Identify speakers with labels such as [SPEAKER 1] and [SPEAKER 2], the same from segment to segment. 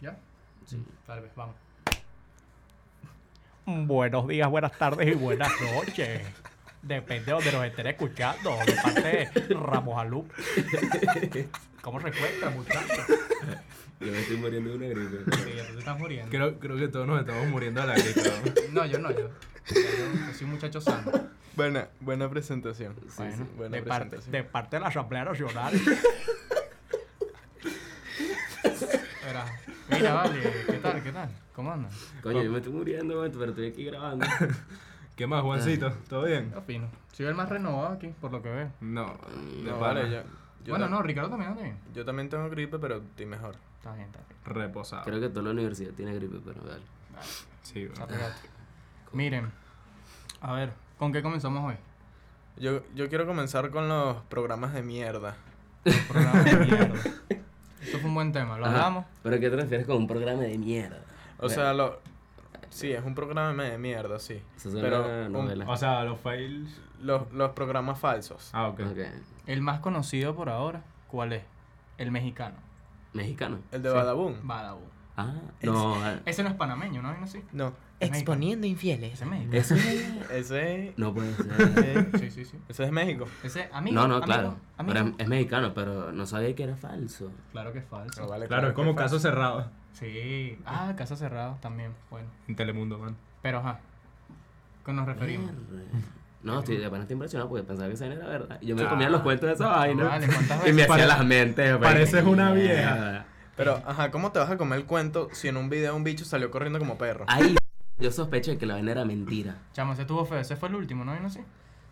[SPEAKER 1] ¿Ya?
[SPEAKER 2] Sí.
[SPEAKER 1] Tal vez, vamos.
[SPEAKER 2] Buenos días, buenas tardes y buenas noches. Depende de donde nos estén escuchando. De parte de Ramos Alup. ¿Cómo se encuentra, muchachos?
[SPEAKER 3] Yo me estoy muriendo de una gripe.
[SPEAKER 1] Sí, ya tú te estás muriendo.
[SPEAKER 4] Creo, creo que todos nos estamos muriendo a la gripe. ¿no?
[SPEAKER 1] No, yo no, yo. Yo, yo soy un muchacho sano.
[SPEAKER 4] Buena, buena presentación.
[SPEAKER 2] Bueno,
[SPEAKER 4] Sí, sí, buena
[SPEAKER 2] de, parte,
[SPEAKER 4] presentación.
[SPEAKER 2] de parte de la Asamblea Nacional.
[SPEAKER 1] Era, mira, vale, ¿qué tal? ¿Qué tal? ¿Cómo andan?
[SPEAKER 3] Coño, yo me estoy muriendo, man, pero estoy aquí grabando.
[SPEAKER 4] ¿Qué más, Juancito? ¿Todo bien?
[SPEAKER 1] Yo fino. Soy el más renovado aquí, por lo que veo.
[SPEAKER 4] No, de
[SPEAKER 3] No,
[SPEAKER 4] pana.
[SPEAKER 3] vale,
[SPEAKER 4] yo, yo
[SPEAKER 1] bueno,
[SPEAKER 4] tam-
[SPEAKER 1] no, Ricardo también anda bien.
[SPEAKER 4] Yo también tengo gripe, pero estoy mejor.
[SPEAKER 1] Está bien, está bien.
[SPEAKER 4] Reposado.
[SPEAKER 3] Creo que toda la universidad tiene gripe, pero dale.
[SPEAKER 4] Sí,
[SPEAKER 1] Está
[SPEAKER 4] bueno.
[SPEAKER 1] pegado. Miren, a ver, ¿con qué comenzamos hoy?
[SPEAKER 4] yo, yo quiero comenzar con los programas de mierda.
[SPEAKER 1] El programa de mierda. Esto fue un buen tema, lo
[SPEAKER 3] Ajá.
[SPEAKER 1] hablamos.
[SPEAKER 3] ¿Pero qué te refieres con un programa de mierda?
[SPEAKER 4] O sea, lo... Sí, es un programa de mierda, sí.
[SPEAKER 3] Se suena
[SPEAKER 4] pero
[SPEAKER 3] a
[SPEAKER 4] un-
[SPEAKER 3] novela.
[SPEAKER 5] O sea, los fails.
[SPEAKER 4] los, los programas falsos.
[SPEAKER 5] Ah, ok.
[SPEAKER 3] Ok.
[SPEAKER 1] El más conocido por ahora, ¿cuál es? El mexicano,
[SPEAKER 3] ¿Mexicano?
[SPEAKER 4] El de Badaboom.
[SPEAKER 1] Badabu.
[SPEAKER 3] Ah, no. ah,
[SPEAKER 1] Ese no es panameño, ¿no? ¿No es así?
[SPEAKER 4] No,
[SPEAKER 1] Exponiendo
[SPEAKER 5] infieles.
[SPEAKER 1] Ese es mexicano.
[SPEAKER 3] Eso
[SPEAKER 4] ese...
[SPEAKER 3] no puede ser.
[SPEAKER 4] eh,
[SPEAKER 1] Sí, sí, sí.
[SPEAKER 4] ese es México.
[SPEAKER 1] Ese, amigo.
[SPEAKER 3] No, no,
[SPEAKER 1] amigo,
[SPEAKER 3] claro.
[SPEAKER 1] amigo.
[SPEAKER 3] Pero es, es mexicano, pero no sabía que era falso.
[SPEAKER 1] Claro que es falso.
[SPEAKER 4] No, vale,
[SPEAKER 5] Claro, es como
[SPEAKER 4] que
[SPEAKER 5] caso cerrado
[SPEAKER 1] Sí. Ah, Casa Cerrada también. Bueno.
[SPEAKER 5] en Telemundo, man.
[SPEAKER 1] Pero ajá. ¿Qué nos referimos?
[SPEAKER 3] Verre. No, estoy de pana estoy impresionado porque pensaba que esa vaina era verdad. Y Yo me
[SPEAKER 4] Ah,
[SPEAKER 3] comía los cuentos de esa vaina.
[SPEAKER 1] Vale, ¿cuántas
[SPEAKER 3] y me
[SPEAKER 1] veces?
[SPEAKER 3] hacía
[SPEAKER 5] Pare-
[SPEAKER 3] las mentes. güey.
[SPEAKER 5] pareces una vieja.
[SPEAKER 3] Mierda.
[SPEAKER 4] Pero, ajá, ¿cómo te vas a comer el cuento si en un video un bicho salió corriendo como perro?
[SPEAKER 3] Ahí yo sospecho de que la vaina era mentira.
[SPEAKER 1] Chamo, ese tuvo feo. Ese fue el último, ¿no? ¿Y no sí?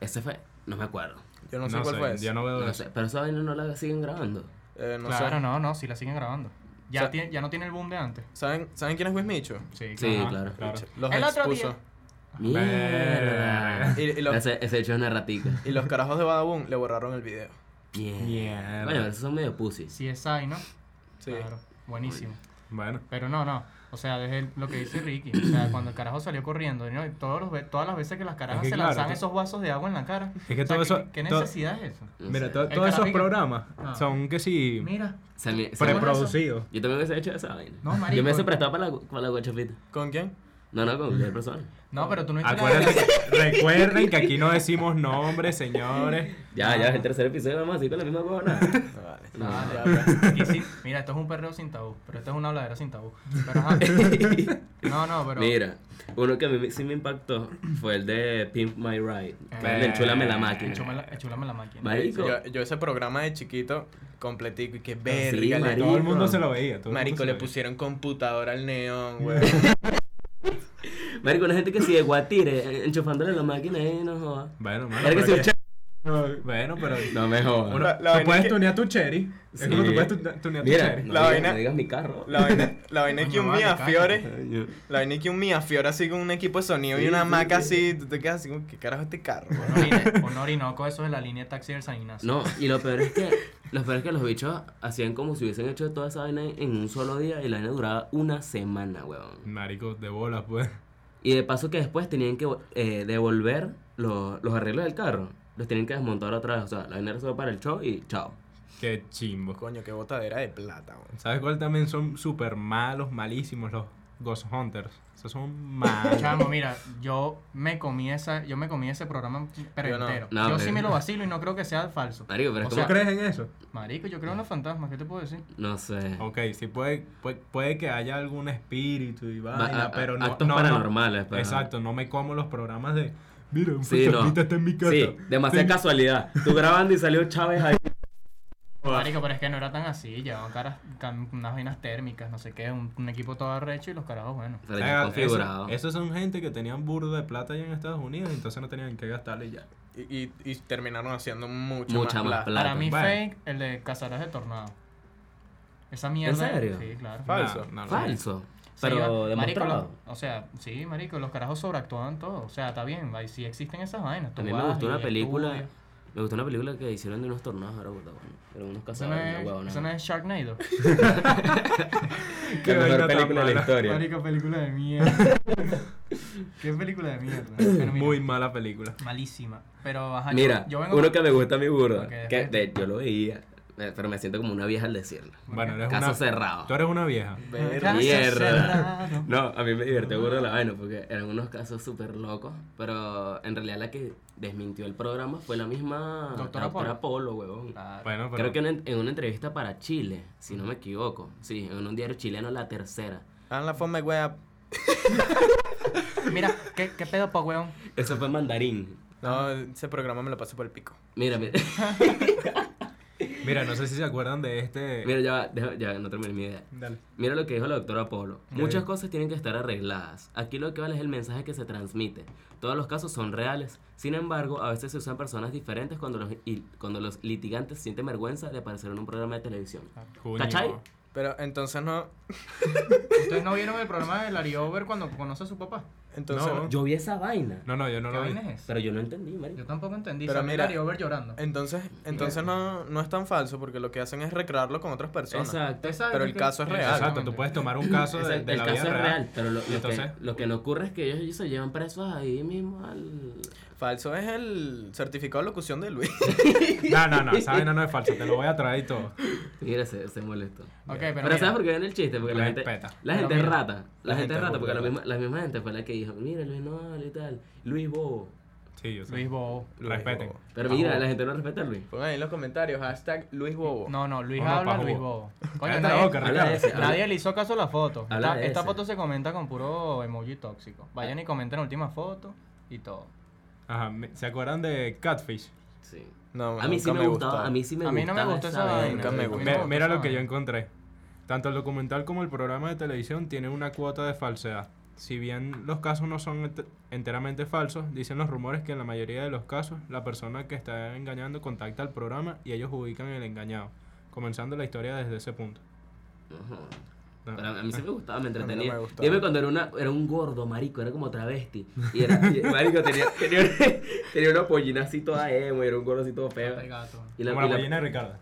[SPEAKER 3] Ese fue. No me acuerdo.
[SPEAKER 4] Yo no sé cuál fue ese.
[SPEAKER 5] Yo no veo
[SPEAKER 3] No
[SPEAKER 5] eso.
[SPEAKER 3] sé, pero esa vaina no la siguen grabando.
[SPEAKER 4] Eh, no
[SPEAKER 1] claro,
[SPEAKER 4] sé.
[SPEAKER 1] no, no. Sí, la siguen grabando. Ya,
[SPEAKER 4] O sea-
[SPEAKER 1] tiene, ya no tiene el boom de antes.
[SPEAKER 4] ¿Saben, ¿Saben quién es Luis Micho?
[SPEAKER 1] Sí,
[SPEAKER 3] Sí,
[SPEAKER 1] claro.
[SPEAKER 3] claro.
[SPEAKER 4] Los
[SPEAKER 1] El otro
[SPEAKER 4] expuso.
[SPEAKER 1] día.
[SPEAKER 3] Mierda.
[SPEAKER 4] Y, y los,
[SPEAKER 3] Ese, ese hecho es una ratica.
[SPEAKER 4] y los carajos de Badaboom le borraron el video.
[SPEAKER 3] Mierda.
[SPEAKER 5] Mierda.
[SPEAKER 3] Bueno, pero esos son medio pussy.
[SPEAKER 1] Sí, es ahí, ¿no?
[SPEAKER 4] Sí.
[SPEAKER 1] Claro. Buenísimo.
[SPEAKER 5] Bueno,
[SPEAKER 1] Pero no, no. O sea, desde el- lo que dice Ricky. O sea, cuando el carajo salió corriendo, ¿no? Y todos los ve- todas las veces que las carajas
[SPEAKER 5] Es que
[SPEAKER 1] se
[SPEAKER 5] claro,
[SPEAKER 1] lanzan
[SPEAKER 5] que-
[SPEAKER 1] esos vasos de agua en la cara.
[SPEAKER 5] Es que
[SPEAKER 1] O sea,
[SPEAKER 5] todo
[SPEAKER 1] ¿qué-
[SPEAKER 5] eso-
[SPEAKER 1] ¿Qué
[SPEAKER 5] todo-
[SPEAKER 1] necesidad es eso?
[SPEAKER 3] No
[SPEAKER 5] mira,
[SPEAKER 3] sé.
[SPEAKER 5] to-
[SPEAKER 1] El
[SPEAKER 5] todos esos
[SPEAKER 1] carajillo.
[SPEAKER 5] programas
[SPEAKER 1] Ah.
[SPEAKER 5] son que si
[SPEAKER 1] Mira.
[SPEAKER 3] Se me- se me-
[SPEAKER 1] Pre-
[SPEAKER 5] preproducidos.
[SPEAKER 3] yo también hubiese hecho esa vaina.
[SPEAKER 1] No, marico.
[SPEAKER 3] Yo me hubiese prestado para la, para la guachafita.
[SPEAKER 4] ¿Con quién?
[SPEAKER 3] No, no, con cualquier persona.
[SPEAKER 1] No, pero tú no hiciste
[SPEAKER 5] Acuérdense, que- recuerden que aquí no decimos nombres, señores.
[SPEAKER 3] Ya, ya, es el tercer episodio, vamos así con la misma huevona.
[SPEAKER 4] No, vale.
[SPEAKER 3] No,
[SPEAKER 1] Vale.
[SPEAKER 3] Ah, ya, pues.
[SPEAKER 1] Aquí sí- mira, esto es un perreo sin tabú, pero esto es una habladera sin tabú. Pero ajá. No, no, pero.
[SPEAKER 3] Mira, uno que a mí sí me impactó fue el de Pimp My Ride.
[SPEAKER 1] Eh,
[SPEAKER 3] Que es el de Enchúlame la máquina.
[SPEAKER 1] Echúlame la, echúlame la máquina.
[SPEAKER 3] Marico. Ah,
[SPEAKER 4] Yo, yo ese programa de chiquito completico y que verga.
[SPEAKER 3] Sí,
[SPEAKER 4] le-
[SPEAKER 3] marico.
[SPEAKER 5] Todo el mundo se lo veía. todo el
[SPEAKER 4] marico,
[SPEAKER 5] mundo se
[SPEAKER 4] le
[SPEAKER 5] lo veía.
[SPEAKER 4] pusieron computadora al neón, güey.
[SPEAKER 3] Marico, una gente que sigue guatire, eh, enchufándole la máquina ahí, no joda.
[SPEAKER 5] Bueno, mano,
[SPEAKER 3] Marico, si
[SPEAKER 5] pero
[SPEAKER 3] un ch-
[SPEAKER 5] que- bueno, pero.
[SPEAKER 3] No me jodas.
[SPEAKER 5] Uno-
[SPEAKER 4] La- la
[SPEAKER 5] tú
[SPEAKER 4] vaina es
[SPEAKER 5] puedes
[SPEAKER 4] que-
[SPEAKER 5] tunear tu cherry. Es
[SPEAKER 3] Sí.
[SPEAKER 5] como tú puedes tu- tunear tu
[SPEAKER 3] Mira,
[SPEAKER 5] cherry.
[SPEAKER 3] no,
[SPEAKER 4] La
[SPEAKER 3] digas-
[SPEAKER 4] vaina-
[SPEAKER 3] no digas mi carro.
[SPEAKER 4] La vaina, la vaina
[SPEAKER 5] Pues
[SPEAKER 4] es que un
[SPEAKER 1] Coño,
[SPEAKER 4] Mia
[SPEAKER 1] vale,
[SPEAKER 4] Fiore.
[SPEAKER 3] Yo-
[SPEAKER 4] La vaina es que un Mia Fiore así con un equipo de sonido y
[SPEAKER 3] Sí,
[SPEAKER 4] una
[SPEAKER 3] sí,
[SPEAKER 4] hamaca
[SPEAKER 3] sí.
[SPEAKER 4] así. Tú te quedas así como, ¿qué carajo es este carro, güey?
[SPEAKER 1] Un orine- Un orinoco, eso es la línea de taxi del San Ignacio.
[SPEAKER 3] No, y lo peor es que lo peor es que los bichos hacían como si hubiesen hecho toda esa vaina en un solo día y la vaina duraba una semana, weón.
[SPEAKER 5] Marico, de bolas, pues.
[SPEAKER 3] Y de paso que después tenían que eh, devolver los, los arreglos del carro. Los tenían que desmontar otra vez. O sea, la vaina era solo para el show y chao.
[SPEAKER 5] Qué chimbo.
[SPEAKER 4] Coño, qué botadera de plata, güey.
[SPEAKER 5] ¿Sabes cuál también son súper malos, malísimos los Ghost Hunters? Esos son malos.
[SPEAKER 1] Chamo, mira, yo me comí esa, yo me comí ese programa pero
[SPEAKER 4] Yo no.
[SPEAKER 1] entero.
[SPEAKER 3] No,
[SPEAKER 1] yo
[SPEAKER 3] pero-
[SPEAKER 1] sí me lo vacilo y no creo que sea falso.
[SPEAKER 3] Marico, pero es
[SPEAKER 1] O
[SPEAKER 3] como.
[SPEAKER 5] ¿Tú crees en eso?
[SPEAKER 1] Marico, yo creo en los fantasmas, ¿qué te puedo decir?
[SPEAKER 3] No sé.
[SPEAKER 5] Ok, sí puede, puede, puede que haya algún espíritu y
[SPEAKER 3] Va-
[SPEAKER 5] vaina,
[SPEAKER 3] a- a-
[SPEAKER 5] pero no.
[SPEAKER 3] actos
[SPEAKER 5] no, no.
[SPEAKER 3] paranormales, pero-
[SPEAKER 5] Exacto, no me como los programas de. Mira, un
[SPEAKER 3] Sí, no.
[SPEAKER 5] fantasmita está en mi casa.
[SPEAKER 3] Sí, demasiada casualidad. Tú grabando y salió Chávez ahí.
[SPEAKER 1] Marico, pero es que no era tan así, llevaban caras, cam- unas vainas térmicas, no sé qué, un, un equipo todo arrecho y los carajos, bueno.
[SPEAKER 3] Pero ya
[SPEAKER 5] Haga-
[SPEAKER 3] configurado.
[SPEAKER 5] eso- Esos son gente que tenían burda de plata allá en Estados Unidos, entonces no tenían que gastarle y ya.
[SPEAKER 4] Y, y, y terminaron haciendo mucho
[SPEAKER 3] Mucha
[SPEAKER 4] más
[SPEAKER 3] más
[SPEAKER 4] plata.
[SPEAKER 3] plata.
[SPEAKER 1] Para mí
[SPEAKER 5] Bueno.
[SPEAKER 1] fake el de Cazadores de Tornado. Esa mierda.
[SPEAKER 3] ¿En serio?
[SPEAKER 1] Sí, claro.
[SPEAKER 4] Falso.
[SPEAKER 5] No, no, no.
[SPEAKER 3] Falso.
[SPEAKER 1] Se
[SPEAKER 3] Pero
[SPEAKER 1] iba- marico,
[SPEAKER 3] demostrado.
[SPEAKER 1] lo- o sea, sí, marico, los carajos sobreactúan todo. O sea, está bien, ahí sí existen esas vainas. tú
[SPEAKER 3] A mí me
[SPEAKER 1] vas
[SPEAKER 3] gustó
[SPEAKER 1] y
[SPEAKER 3] una película.
[SPEAKER 1] estudias.
[SPEAKER 3] Me gustó una película que hicieron de unos tornados ahora, puta, bueno, Pero unos
[SPEAKER 1] Eso no,
[SPEAKER 3] cazadores, una
[SPEAKER 1] es,
[SPEAKER 3] huevona.
[SPEAKER 1] eso no es Sharknado.
[SPEAKER 5] Qué
[SPEAKER 3] La
[SPEAKER 5] vaina
[SPEAKER 3] mejor película
[SPEAKER 5] tan
[SPEAKER 3] de la
[SPEAKER 5] mala.
[SPEAKER 3] historia.
[SPEAKER 1] Marico, película de mierda. Qué película de mierda. Pero mira,
[SPEAKER 5] Muy mala película.
[SPEAKER 1] malísima. Pero ajá, Ah, yo-
[SPEAKER 3] Mira,
[SPEAKER 1] yo vengo
[SPEAKER 3] uno
[SPEAKER 1] con-
[SPEAKER 3] que me gusta a mi burda.
[SPEAKER 1] Ok,
[SPEAKER 3] Que
[SPEAKER 1] perfecto.
[SPEAKER 3] de, yo lo veía. Eh, Pero me siento como una vieja al decirlo.
[SPEAKER 5] Bueno, eres
[SPEAKER 3] Caso
[SPEAKER 5] una.
[SPEAKER 3] cerrado.
[SPEAKER 5] Tú eres una vieja.
[SPEAKER 4] Verga.
[SPEAKER 3] Mierda. No, a mí me divirtió burda la vaina porque eran unos casos súper locos, pero en realidad la que desmintió el programa fue la misma
[SPEAKER 1] Doctora
[SPEAKER 3] Polo, huevón.
[SPEAKER 5] Bueno, pero.
[SPEAKER 3] Creo que en, en una entrevista para Chile, si no me equivoco, sí, en un diario chileno, La Tercera.
[SPEAKER 4] Hagan la forma, web.
[SPEAKER 3] Ah.
[SPEAKER 1] Mira, ¿qué, qué pedo, po, weón?
[SPEAKER 3] Eso fue en mandarín.
[SPEAKER 4] No, ese programa me lo pasé por el pico.
[SPEAKER 3] Mira, mira,
[SPEAKER 5] Mira, no sé si se acuerdan de este.
[SPEAKER 3] mira ya, va, deja- ya no terminé mi idea.
[SPEAKER 5] Dale.
[SPEAKER 3] Mira lo que dijo la doctora Polo. Muchas cosas tienen que estar arregladas. Aquí lo que vale es el mensaje que se transmite. Todos los casos son reales. Sin embargo, a veces se usan personas diferentes cuando los, y- cuando los litigantes sienten vergüenza de aparecer en un programa de televisión.
[SPEAKER 5] Coño.
[SPEAKER 3] ¿Cachai?
[SPEAKER 4] Pero entonces no.
[SPEAKER 1] ¿Ustedes no vieron el programa de Larry Over cuando conoce a su papá?
[SPEAKER 4] Entonces
[SPEAKER 5] No.
[SPEAKER 4] no.
[SPEAKER 3] Yo vi esa vaina,
[SPEAKER 5] No, no, yo no
[SPEAKER 1] ¿Qué
[SPEAKER 5] lo vi.
[SPEAKER 1] vaina es esa?
[SPEAKER 3] pero yo no entendí, marico.
[SPEAKER 1] Yo tampoco entendí.
[SPEAKER 4] Pero
[SPEAKER 1] Pero mira,
[SPEAKER 4] mira-
[SPEAKER 1] Larry Over llorando.
[SPEAKER 4] Entonces, entonces no, no es tan falso porque lo que hacen es recrearlo con otras personas.
[SPEAKER 3] Exacto.
[SPEAKER 1] Ustedes saben
[SPEAKER 4] Pero
[SPEAKER 1] que-
[SPEAKER 4] el caso es real.
[SPEAKER 5] Exacto, tú puedes tomar un caso de,
[SPEAKER 3] Exacto,
[SPEAKER 5] de
[SPEAKER 3] el
[SPEAKER 5] la
[SPEAKER 3] caso
[SPEAKER 5] vida
[SPEAKER 3] es real,
[SPEAKER 5] real.
[SPEAKER 3] pero lo, lo
[SPEAKER 5] Entonces-
[SPEAKER 3] que, lo que no ocurre es que ellos, ellos se llevan presos ahí mismo al...
[SPEAKER 4] Falso es el certificado de locución de Luis.
[SPEAKER 5] No, no, no, esa vaina no es falsa, te lo voy a traer y todo.
[SPEAKER 3] Mira, se, se molestó.
[SPEAKER 1] Ok,
[SPEAKER 5] Pero
[SPEAKER 1] pero,
[SPEAKER 3] Pero,
[SPEAKER 1] mira,
[SPEAKER 3] ¿sabes por qué viene el chiste? Porque la gente,
[SPEAKER 5] Respeta.
[SPEAKER 3] la
[SPEAKER 1] Pero
[SPEAKER 3] gente es
[SPEAKER 1] mira,
[SPEAKER 3] rata. La, gente es rata, porque la
[SPEAKER 5] burda.
[SPEAKER 3] misma, la misma gente fue la que dijo, mira, Luis no habla y tal. Luis Bobo.
[SPEAKER 5] Sí, yo sé.
[SPEAKER 1] Luis Bobo.
[SPEAKER 5] Respeten.
[SPEAKER 4] Bobo.
[SPEAKER 3] Pero mira, la gente no respeta a Luis.
[SPEAKER 4] Pongan ahí en los comentarios, hashtag Luis Bobo.
[SPEAKER 1] No, no, Luis
[SPEAKER 5] No, no,
[SPEAKER 1] habla,
[SPEAKER 5] pa'
[SPEAKER 1] Luis
[SPEAKER 5] Bobo.
[SPEAKER 1] Bobo.
[SPEAKER 5] Cállate
[SPEAKER 1] Coño,
[SPEAKER 5] la boca,
[SPEAKER 1] nadie,
[SPEAKER 3] Habla de ese. habla-
[SPEAKER 1] nadie le hizo caso a la foto.
[SPEAKER 3] Habla
[SPEAKER 1] Esta,
[SPEAKER 3] de
[SPEAKER 1] esta
[SPEAKER 3] ese.
[SPEAKER 1] foto se comenta con puro emoji tóxico. Vayan y comenten la última foto y todo.
[SPEAKER 5] Ajá, me- ¿se acuerdan de Catfish?
[SPEAKER 3] sí.
[SPEAKER 4] No,
[SPEAKER 3] A mí sí
[SPEAKER 4] nunca
[SPEAKER 3] me gustaba, a mí sí me
[SPEAKER 1] A
[SPEAKER 3] gustaba.
[SPEAKER 1] mí no me gustó esa vaina.
[SPEAKER 4] Nunca me
[SPEAKER 1] A mí
[SPEAKER 4] gustó.
[SPEAKER 1] no
[SPEAKER 5] Ve-
[SPEAKER 1] gustó
[SPEAKER 5] mira
[SPEAKER 1] esa
[SPEAKER 5] lo que yo
[SPEAKER 1] vaina.
[SPEAKER 5] encontré. Tanto el documental como el programa de televisión tienen una cuota de falsedad. Si bien los casos no son ent- enteramente falsos, dicen los rumores que en la mayoría de los casos la persona que está engañando contacta al programa y ellos ubican el engañado, comenzando la historia desde ese punto.
[SPEAKER 3] Ajá.
[SPEAKER 5] No.
[SPEAKER 3] Pero a mí sí me gustaba, me entretenía.
[SPEAKER 4] me gustaba.
[SPEAKER 3] Dime cuando era, una, era un gordo, marico, era como travesti. Y era, y, marico, tenía, tenía, tenía una pollina así toda emo y era un gordo así todo feo.
[SPEAKER 1] El gato.
[SPEAKER 3] Y la-
[SPEAKER 5] como
[SPEAKER 3] y
[SPEAKER 5] la
[SPEAKER 3] la-
[SPEAKER 5] pollina de Ricardo.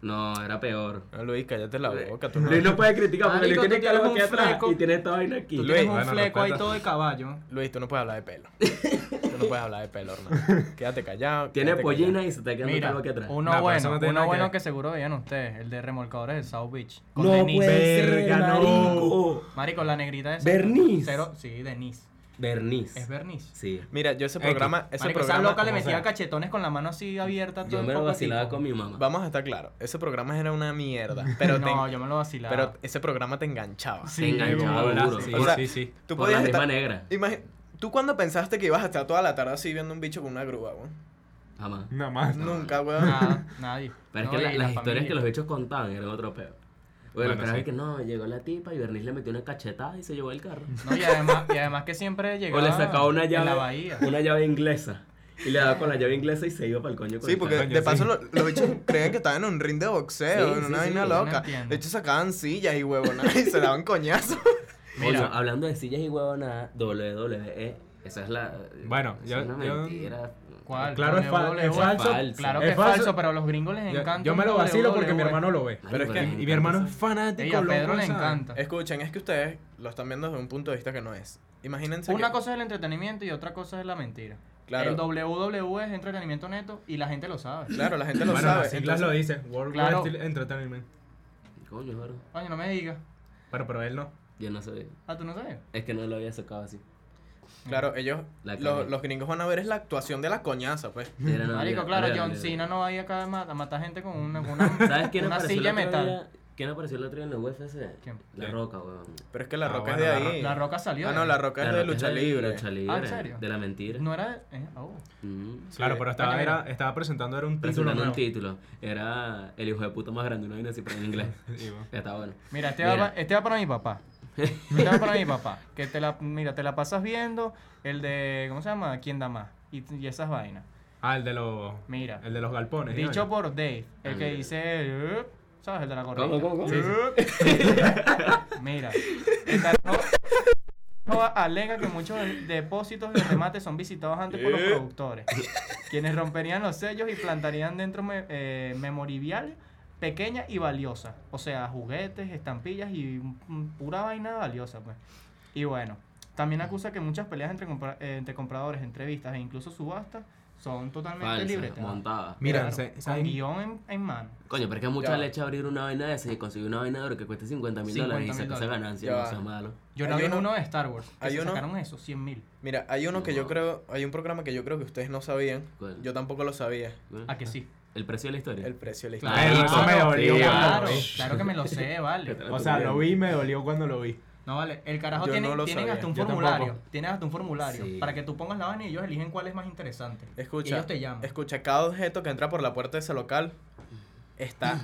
[SPEAKER 3] No, era peor.
[SPEAKER 4] No, Luis, cállate la boca. Tú no.
[SPEAKER 3] Luis no puede criticar porque Luis
[SPEAKER 1] Marico,
[SPEAKER 3] tiene
[SPEAKER 1] tú tienes
[SPEAKER 3] calvo
[SPEAKER 1] un
[SPEAKER 3] aquí atrás
[SPEAKER 1] fleco.
[SPEAKER 3] y tiene esta vaina aquí.
[SPEAKER 1] Tú
[SPEAKER 4] Luis,
[SPEAKER 1] tienes un
[SPEAKER 5] bueno,
[SPEAKER 1] fleco ahí
[SPEAKER 5] respeta.
[SPEAKER 1] todo de caballo.
[SPEAKER 4] Luis, tú no puedes hablar de pelo. tú no puedes hablar de pelo, Hernán. Quédate callado.
[SPEAKER 3] Tiene
[SPEAKER 4] quédate
[SPEAKER 3] pollina y se está quedando
[SPEAKER 1] Mira,
[SPEAKER 3] calvo aquí atrás.
[SPEAKER 5] No,
[SPEAKER 1] uno
[SPEAKER 5] pero eso
[SPEAKER 1] bueno,
[SPEAKER 5] no tiene
[SPEAKER 1] uno
[SPEAKER 5] nada que
[SPEAKER 1] bueno
[SPEAKER 5] ver.
[SPEAKER 1] que seguro veían ustedes, el de remolcadores de South Beach. Con
[SPEAKER 3] No
[SPEAKER 1] Denise.
[SPEAKER 3] puede ser,
[SPEAKER 5] Verga, no.
[SPEAKER 3] marico.
[SPEAKER 1] Marico, la negrita es.
[SPEAKER 3] Bernice.
[SPEAKER 1] Cero, sí, Denise.
[SPEAKER 3] Bernice.
[SPEAKER 1] Es Bernice.
[SPEAKER 3] Sí.
[SPEAKER 4] callado. Mira, yo ese
[SPEAKER 5] X.
[SPEAKER 4] programa. Ese
[SPEAKER 1] Ese Marico, esa
[SPEAKER 4] programa
[SPEAKER 1] loca le
[SPEAKER 5] como
[SPEAKER 1] metía
[SPEAKER 5] sea.
[SPEAKER 1] cachetones con la mano así abierta todo
[SPEAKER 3] Yo
[SPEAKER 1] el
[SPEAKER 3] me lo
[SPEAKER 1] poco
[SPEAKER 3] vacilaba
[SPEAKER 1] tiempo.
[SPEAKER 3] con mi mamá.
[SPEAKER 4] Vamos a estar claros. Ese programa era una mierda. Pero,
[SPEAKER 1] No,
[SPEAKER 4] te,
[SPEAKER 1] yo me lo vacilaba.
[SPEAKER 4] pero ese programa te enganchaba.
[SPEAKER 1] Sí,
[SPEAKER 3] Se enganchaba
[SPEAKER 5] Hola,
[SPEAKER 3] duro.
[SPEAKER 5] Ah, sí,
[SPEAKER 4] O sea,
[SPEAKER 5] sí, sí.
[SPEAKER 4] Tú
[SPEAKER 3] por la
[SPEAKER 4] podías
[SPEAKER 3] misma
[SPEAKER 4] estar.
[SPEAKER 3] negra.
[SPEAKER 4] Imagi- ¿Tú cuándo pensaste que ibas a estar toda la tarde así viendo un bicho con una grúa, weón?
[SPEAKER 3] Jamás.
[SPEAKER 5] Nada más.
[SPEAKER 4] Nunca, weón.
[SPEAKER 1] Nada, nadie.
[SPEAKER 3] Pero es
[SPEAKER 1] No,
[SPEAKER 3] que la-
[SPEAKER 1] y
[SPEAKER 3] las historias
[SPEAKER 1] familia.
[SPEAKER 3] que los bichos contaban eran otro peo.
[SPEAKER 5] Bueno,
[SPEAKER 3] Bueno, pero
[SPEAKER 5] sí.
[SPEAKER 3] es que no, llegó la tipa y Bernice le metió una cachetada y se llevó el carro.
[SPEAKER 1] No, y además, y además que siempre
[SPEAKER 3] O
[SPEAKER 1] llegaba
[SPEAKER 3] le sacaba una
[SPEAKER 1] en la
[SPEAKER 3] llave,
[SPEAKER 1] bahía.
[SPEAKER 3] una llave inglesa. Y le daba con la llave inglesa y se iba para el pues, coño con
[SPEAKER 4] Sí,
[SPEAKER 3] el
[SPEAKER 4] porque
[SPEAKER 5] Coño,
[SPEAKER 4] de paso
[SPEAKER 5] sí.
[SPEAKER 4] lo- los bichos creían que estaban en un ring de boxeo,
[SPEAKER 3] Sí,
[SPEAKER 4] en
[SPEAKER 3] sí,
[SPEAKER 4] una
[SPEAKER 3] sí,
[SPEAKER 4] vaina
[SPEAKER 3] yo
[SPEAKER 1] no
[SPEAKER 4] loca.
[SPEAKER 1] entiendo.
[SPEAKER 4] de hecho, sacaban sillas y huevonas y se daban coñazos.
[SPEAKER 3] Coño,
[SPEAKER 1] Mira.
[SPEAKER 3] hablando de sillas y huevonadas, WWE, esa es la.
[SPEAKER 5] Bueno,
[SPEAKER 3] es
[SPEAKER 5] yo-
[SPEAKER 3] una
[SPEAKER 5] yo-
[SPEAKER 3] mentira.
[SPEAKER 1] ¿Cuál?
[SPEAKER 5] Claro, es fal-
[SPEAKER 1] WWE.
[SPEAKER 5] es falso.
[SPEAKER 1] Claro
[SPEAKER 5] Es
[SPEAKER 1] que es
[SPEAKER 5] falso.
[SPEAKER 1] falso, pero a los gringos les
[SPEAKER 5] Yo,
[SPEAKER 1] encanta.
[SPEAKER 5] yo me
[SPEAKER 1] un
[SPEAKER 5] lo vacilo
[SPEAKER 1] WWE.
[SPEAKER 5] porque mi hermano lo ve.
[SPEAKER 3] Pero es que-
[SPEAKER 5] Y mi hermano es fanático.
[SPEAKER 1] E. Ey, a
[SPEAKER 5] loco,
[SPEAKER 1] Pedro le
[SPEAKER 5] ¿sabes?
[SPEAKER 1] encanta.
[SPEAKER 4] Escuchen, es que ustedes lo están viendo desde un punto de vista que no es. Imagínense
[SPEAKER 1] Una
[SPEAKER 4] que-
[SPEAKER 1] cosa es el entretenimiento y otra cosa es la mentira.
[SPEAKER 4] Claro.
[SPEAKER 1] El WWE es entretenimiento neto y la gente lo sabe.
[SPEAKER 4] Claro, la gente lo
[SPEAKER 5] Bueno,
[SPEAKER 4] sabe.
[SPEAKER 5] las siglas
[SPEAKER 4] entonces-
[SPEAKER 5] lo dice. World
[SPEAKER 1] Claro.
[SPEAKER 5] Wrestling Entertainment.
[SPEAKER 3] Coño, bro.
[SPEAKER 1] Coño, no me digas.
[SPEAKER 5] Bueno, pero él no.
[SPEAKER 3] Yo no sé.
[SPEAKER 1] Ah, tú no sabes.
[SPEAKER 3] Es que no lo había sacado así.
[SPEAKER 4] Claro, ellos,
[SPEAKER 3] La
[SPEAKER 4] lo-
[SPEAKER 3] cagué.
[SPEAKER 4] los gringos van a ver es la actuación de la coñaza, pues.
[SPEAKER 3] Era, E. no,
[SPEAKER 1] Marico,
[SPEAKER 3] mira,
[SPEAKER 1] claro,
[SPEAKER 3] mira,
[SPEAKER 1] John
[SPEAKER 3] mira.
[SPEAKER 1] Cena no va a ir acá a mat- a matar gente con una, con una,
[SPEAKER 3] ¿Sabes quién
[SPEAKER 1] una
[SPEAKER 3] apareció
[SPEAKER 1] silla
[SPEAKER 3] el otro
[SPEAKER 1] metal.
[SPEAKER 3] día? ¿Quién apareció el otro día en la UFC?
[SPEAKER 1] ¿Quién?
[SPEAKER 3] La
[SPEAKER 5] Sí.
[SPEAKER 3] Roca, weón.
[SPEAKER 4] Pero es que la
[SPEAKER 5] Ah,
[SPEAKER 4] roca
[SPEAKER 5] bueno,
[SPEAKER 4] es
[SPEAKER 5] La
[SPEAKER 4] de
[SPEAKER 5] Ro-
[SPEAKER 4] ahí.
[SPEAKER 1] La Roca eh. salió.
[SPEAKER 4] Ah, no, la roca es de
[SPEAKER 3] Roca
[SPEAKER 4] lucha
[SPEAKER 3] de
[SPEAKER 4] libre.
[SPEAKER 3] Lucha libre.
[SPEAKER 1] Ah, ¿en serio?
[SPEAKER 3] De la mentira.
[SPEAKER 1] No era. eh, oh.
[SPEAKER 3] Mm.
[SPEAKER 5] Claro, pero estaba,
[SPEAKER 1] Coño, mira.
[SPEAKER 5] era- estaba presentando era un título
[SPEAKER 3] Presentando
[SPEAKER 5] nuevo.
[SPEAKER 3] un título. Era el hijo de puta más grande, una vaina así, pero en inglés.
[SPEAKER 5] Sí, bueno.
[SPEAKER 3] Está bueno.
[SPEAKER 1] Mira, este,
[SPEAKER 3] Mira.
[SPEAKER 1] Va, pa- este va para mi papá. Este va para mi papá. Que te la, mira, te la pasas viendo el de, ¿cómo se llama? ¿Quién da más? Y, y esas vainas.
[SPEAKER 5] Ah, el de los.
[SPEAKER 1] Mira.
[SPEAKER 5] El de los galpones.
[SPEAKER 1] Dicho
[SPEAKER 5] ¿no?
[SPEAKER 1] por Dave,
[SPEAKER 3] Ah,
[SPEAKER 1] el que
[SPEAKER 3] mira.
[SPEAKER 1] dice, "Eh", ¿sabes? El de la gorrita.
[SPEAKER 3] ¿Cómo, cómo, cómo?
[SPEAKER 5] Sí, sí.
[SPEAKER 1] Mira, el carajo- carajo alega que muchos de- depósitos de remate son visitados antes por los productores, quienes romperían los sellos y plantarían dentro me- eh, memorial pequeña y valiosa, o sea, juguetes, estampillas y mm, pura vaina valiosa, pues. Y bueno, también acusa que muchas peleas entre, compra- eh, entre compradores, entrevistas e incluso subastas son totalmente libres.
[SPEAKER 3] Falsa,
[SPEAKER 1] te-
[SPEAKER 3] montada.
[SPEAKER 5] Mira,
[SPEAKER 1] Claro,
[SPEAKER 5] se-
[SPEAKER 1] con
[SPEAKER 5] ¿saben?
[SPEAKER 1] guión en, en mano.
[SPEAKER 3] Coño, pero es que es mucha
[SPEAKER 4] Ya.
[SPEAKER 3] leche abrir una vaina de esa y conseguir una vaina de oro que cueste 50 mil dólares y
[SPEAKER 1] 50.000
[SPEAKER 3] sacar esa
[SPEAKER 1] dólares.
[SPEAKER 3] ganancia,
[SPEAKER 4] Ya
[SPEAKER 3] no
[SPEAKER 4] va.
[SPEAKER 3] sea malo.
[SPEAKER 1] Yo no
[SPEAKER 4] Hay
[SPEAKER 1] vi
[SPEAKER 4] uno-
[SPEAKER 1] uno de Star Wars. Que
[SPEAKER 4] hay
[SPEAKER 1] se
[SPEAKER 4] uno-
[SPEAKER 1] sacaron eso, 100 mil.
[SPEAKER 4] Mira, hay uno que yo creo, hay un programa que yo creo que ustedes no sabían.
[SPEAKER 3] ¿Cuál?
[SPEAKER 4] Yo tampoco lo sabía.
[SPEAKER 1] ¿A Ah, que sí?
[SPEAKER 3] ¿El precio de la historia?
[SPEAKER 4] El precio de la
[SPEAKER 3] Claro.
[SPEAKER 4] historia.
[SPEAKER 5] Pero eso me dolió.
[SPEAKER 1] Claro,
[SPEAKER 5] cuando lo vi.
[SPEAKER 1] claro que me lo sé, vale.
[SPEAKER 5] O sea, lo vi y me dolió cuando lo vi.
[SPEAKER 1] No vale, el carajo
[SPEAKER 4] Yo
[SPEAKER 1] tiene,
[SPEAKER 4] no lo
[SPEAKER 1] tienen
[SPEAKER 4] sabía,
[SPEAKER 1] hasta un
[SPEAKER 5] yo
[SPEAKER 1] formulario.
[SPEAKER 5] tampoco.
[SPEAKER 1] Tienen hasta un formulario
[SPEAKER 3] Sí.
[SPEAKER 1] para que tú pongas la vaina y ellos eligen cuál es más interesante.
[SPEAKER 4] Escucha,
[SPEAKER 1] Ellos te llaman.
[SPEAKER 4] escucha, cada objeto que entra por la puerta de ese local está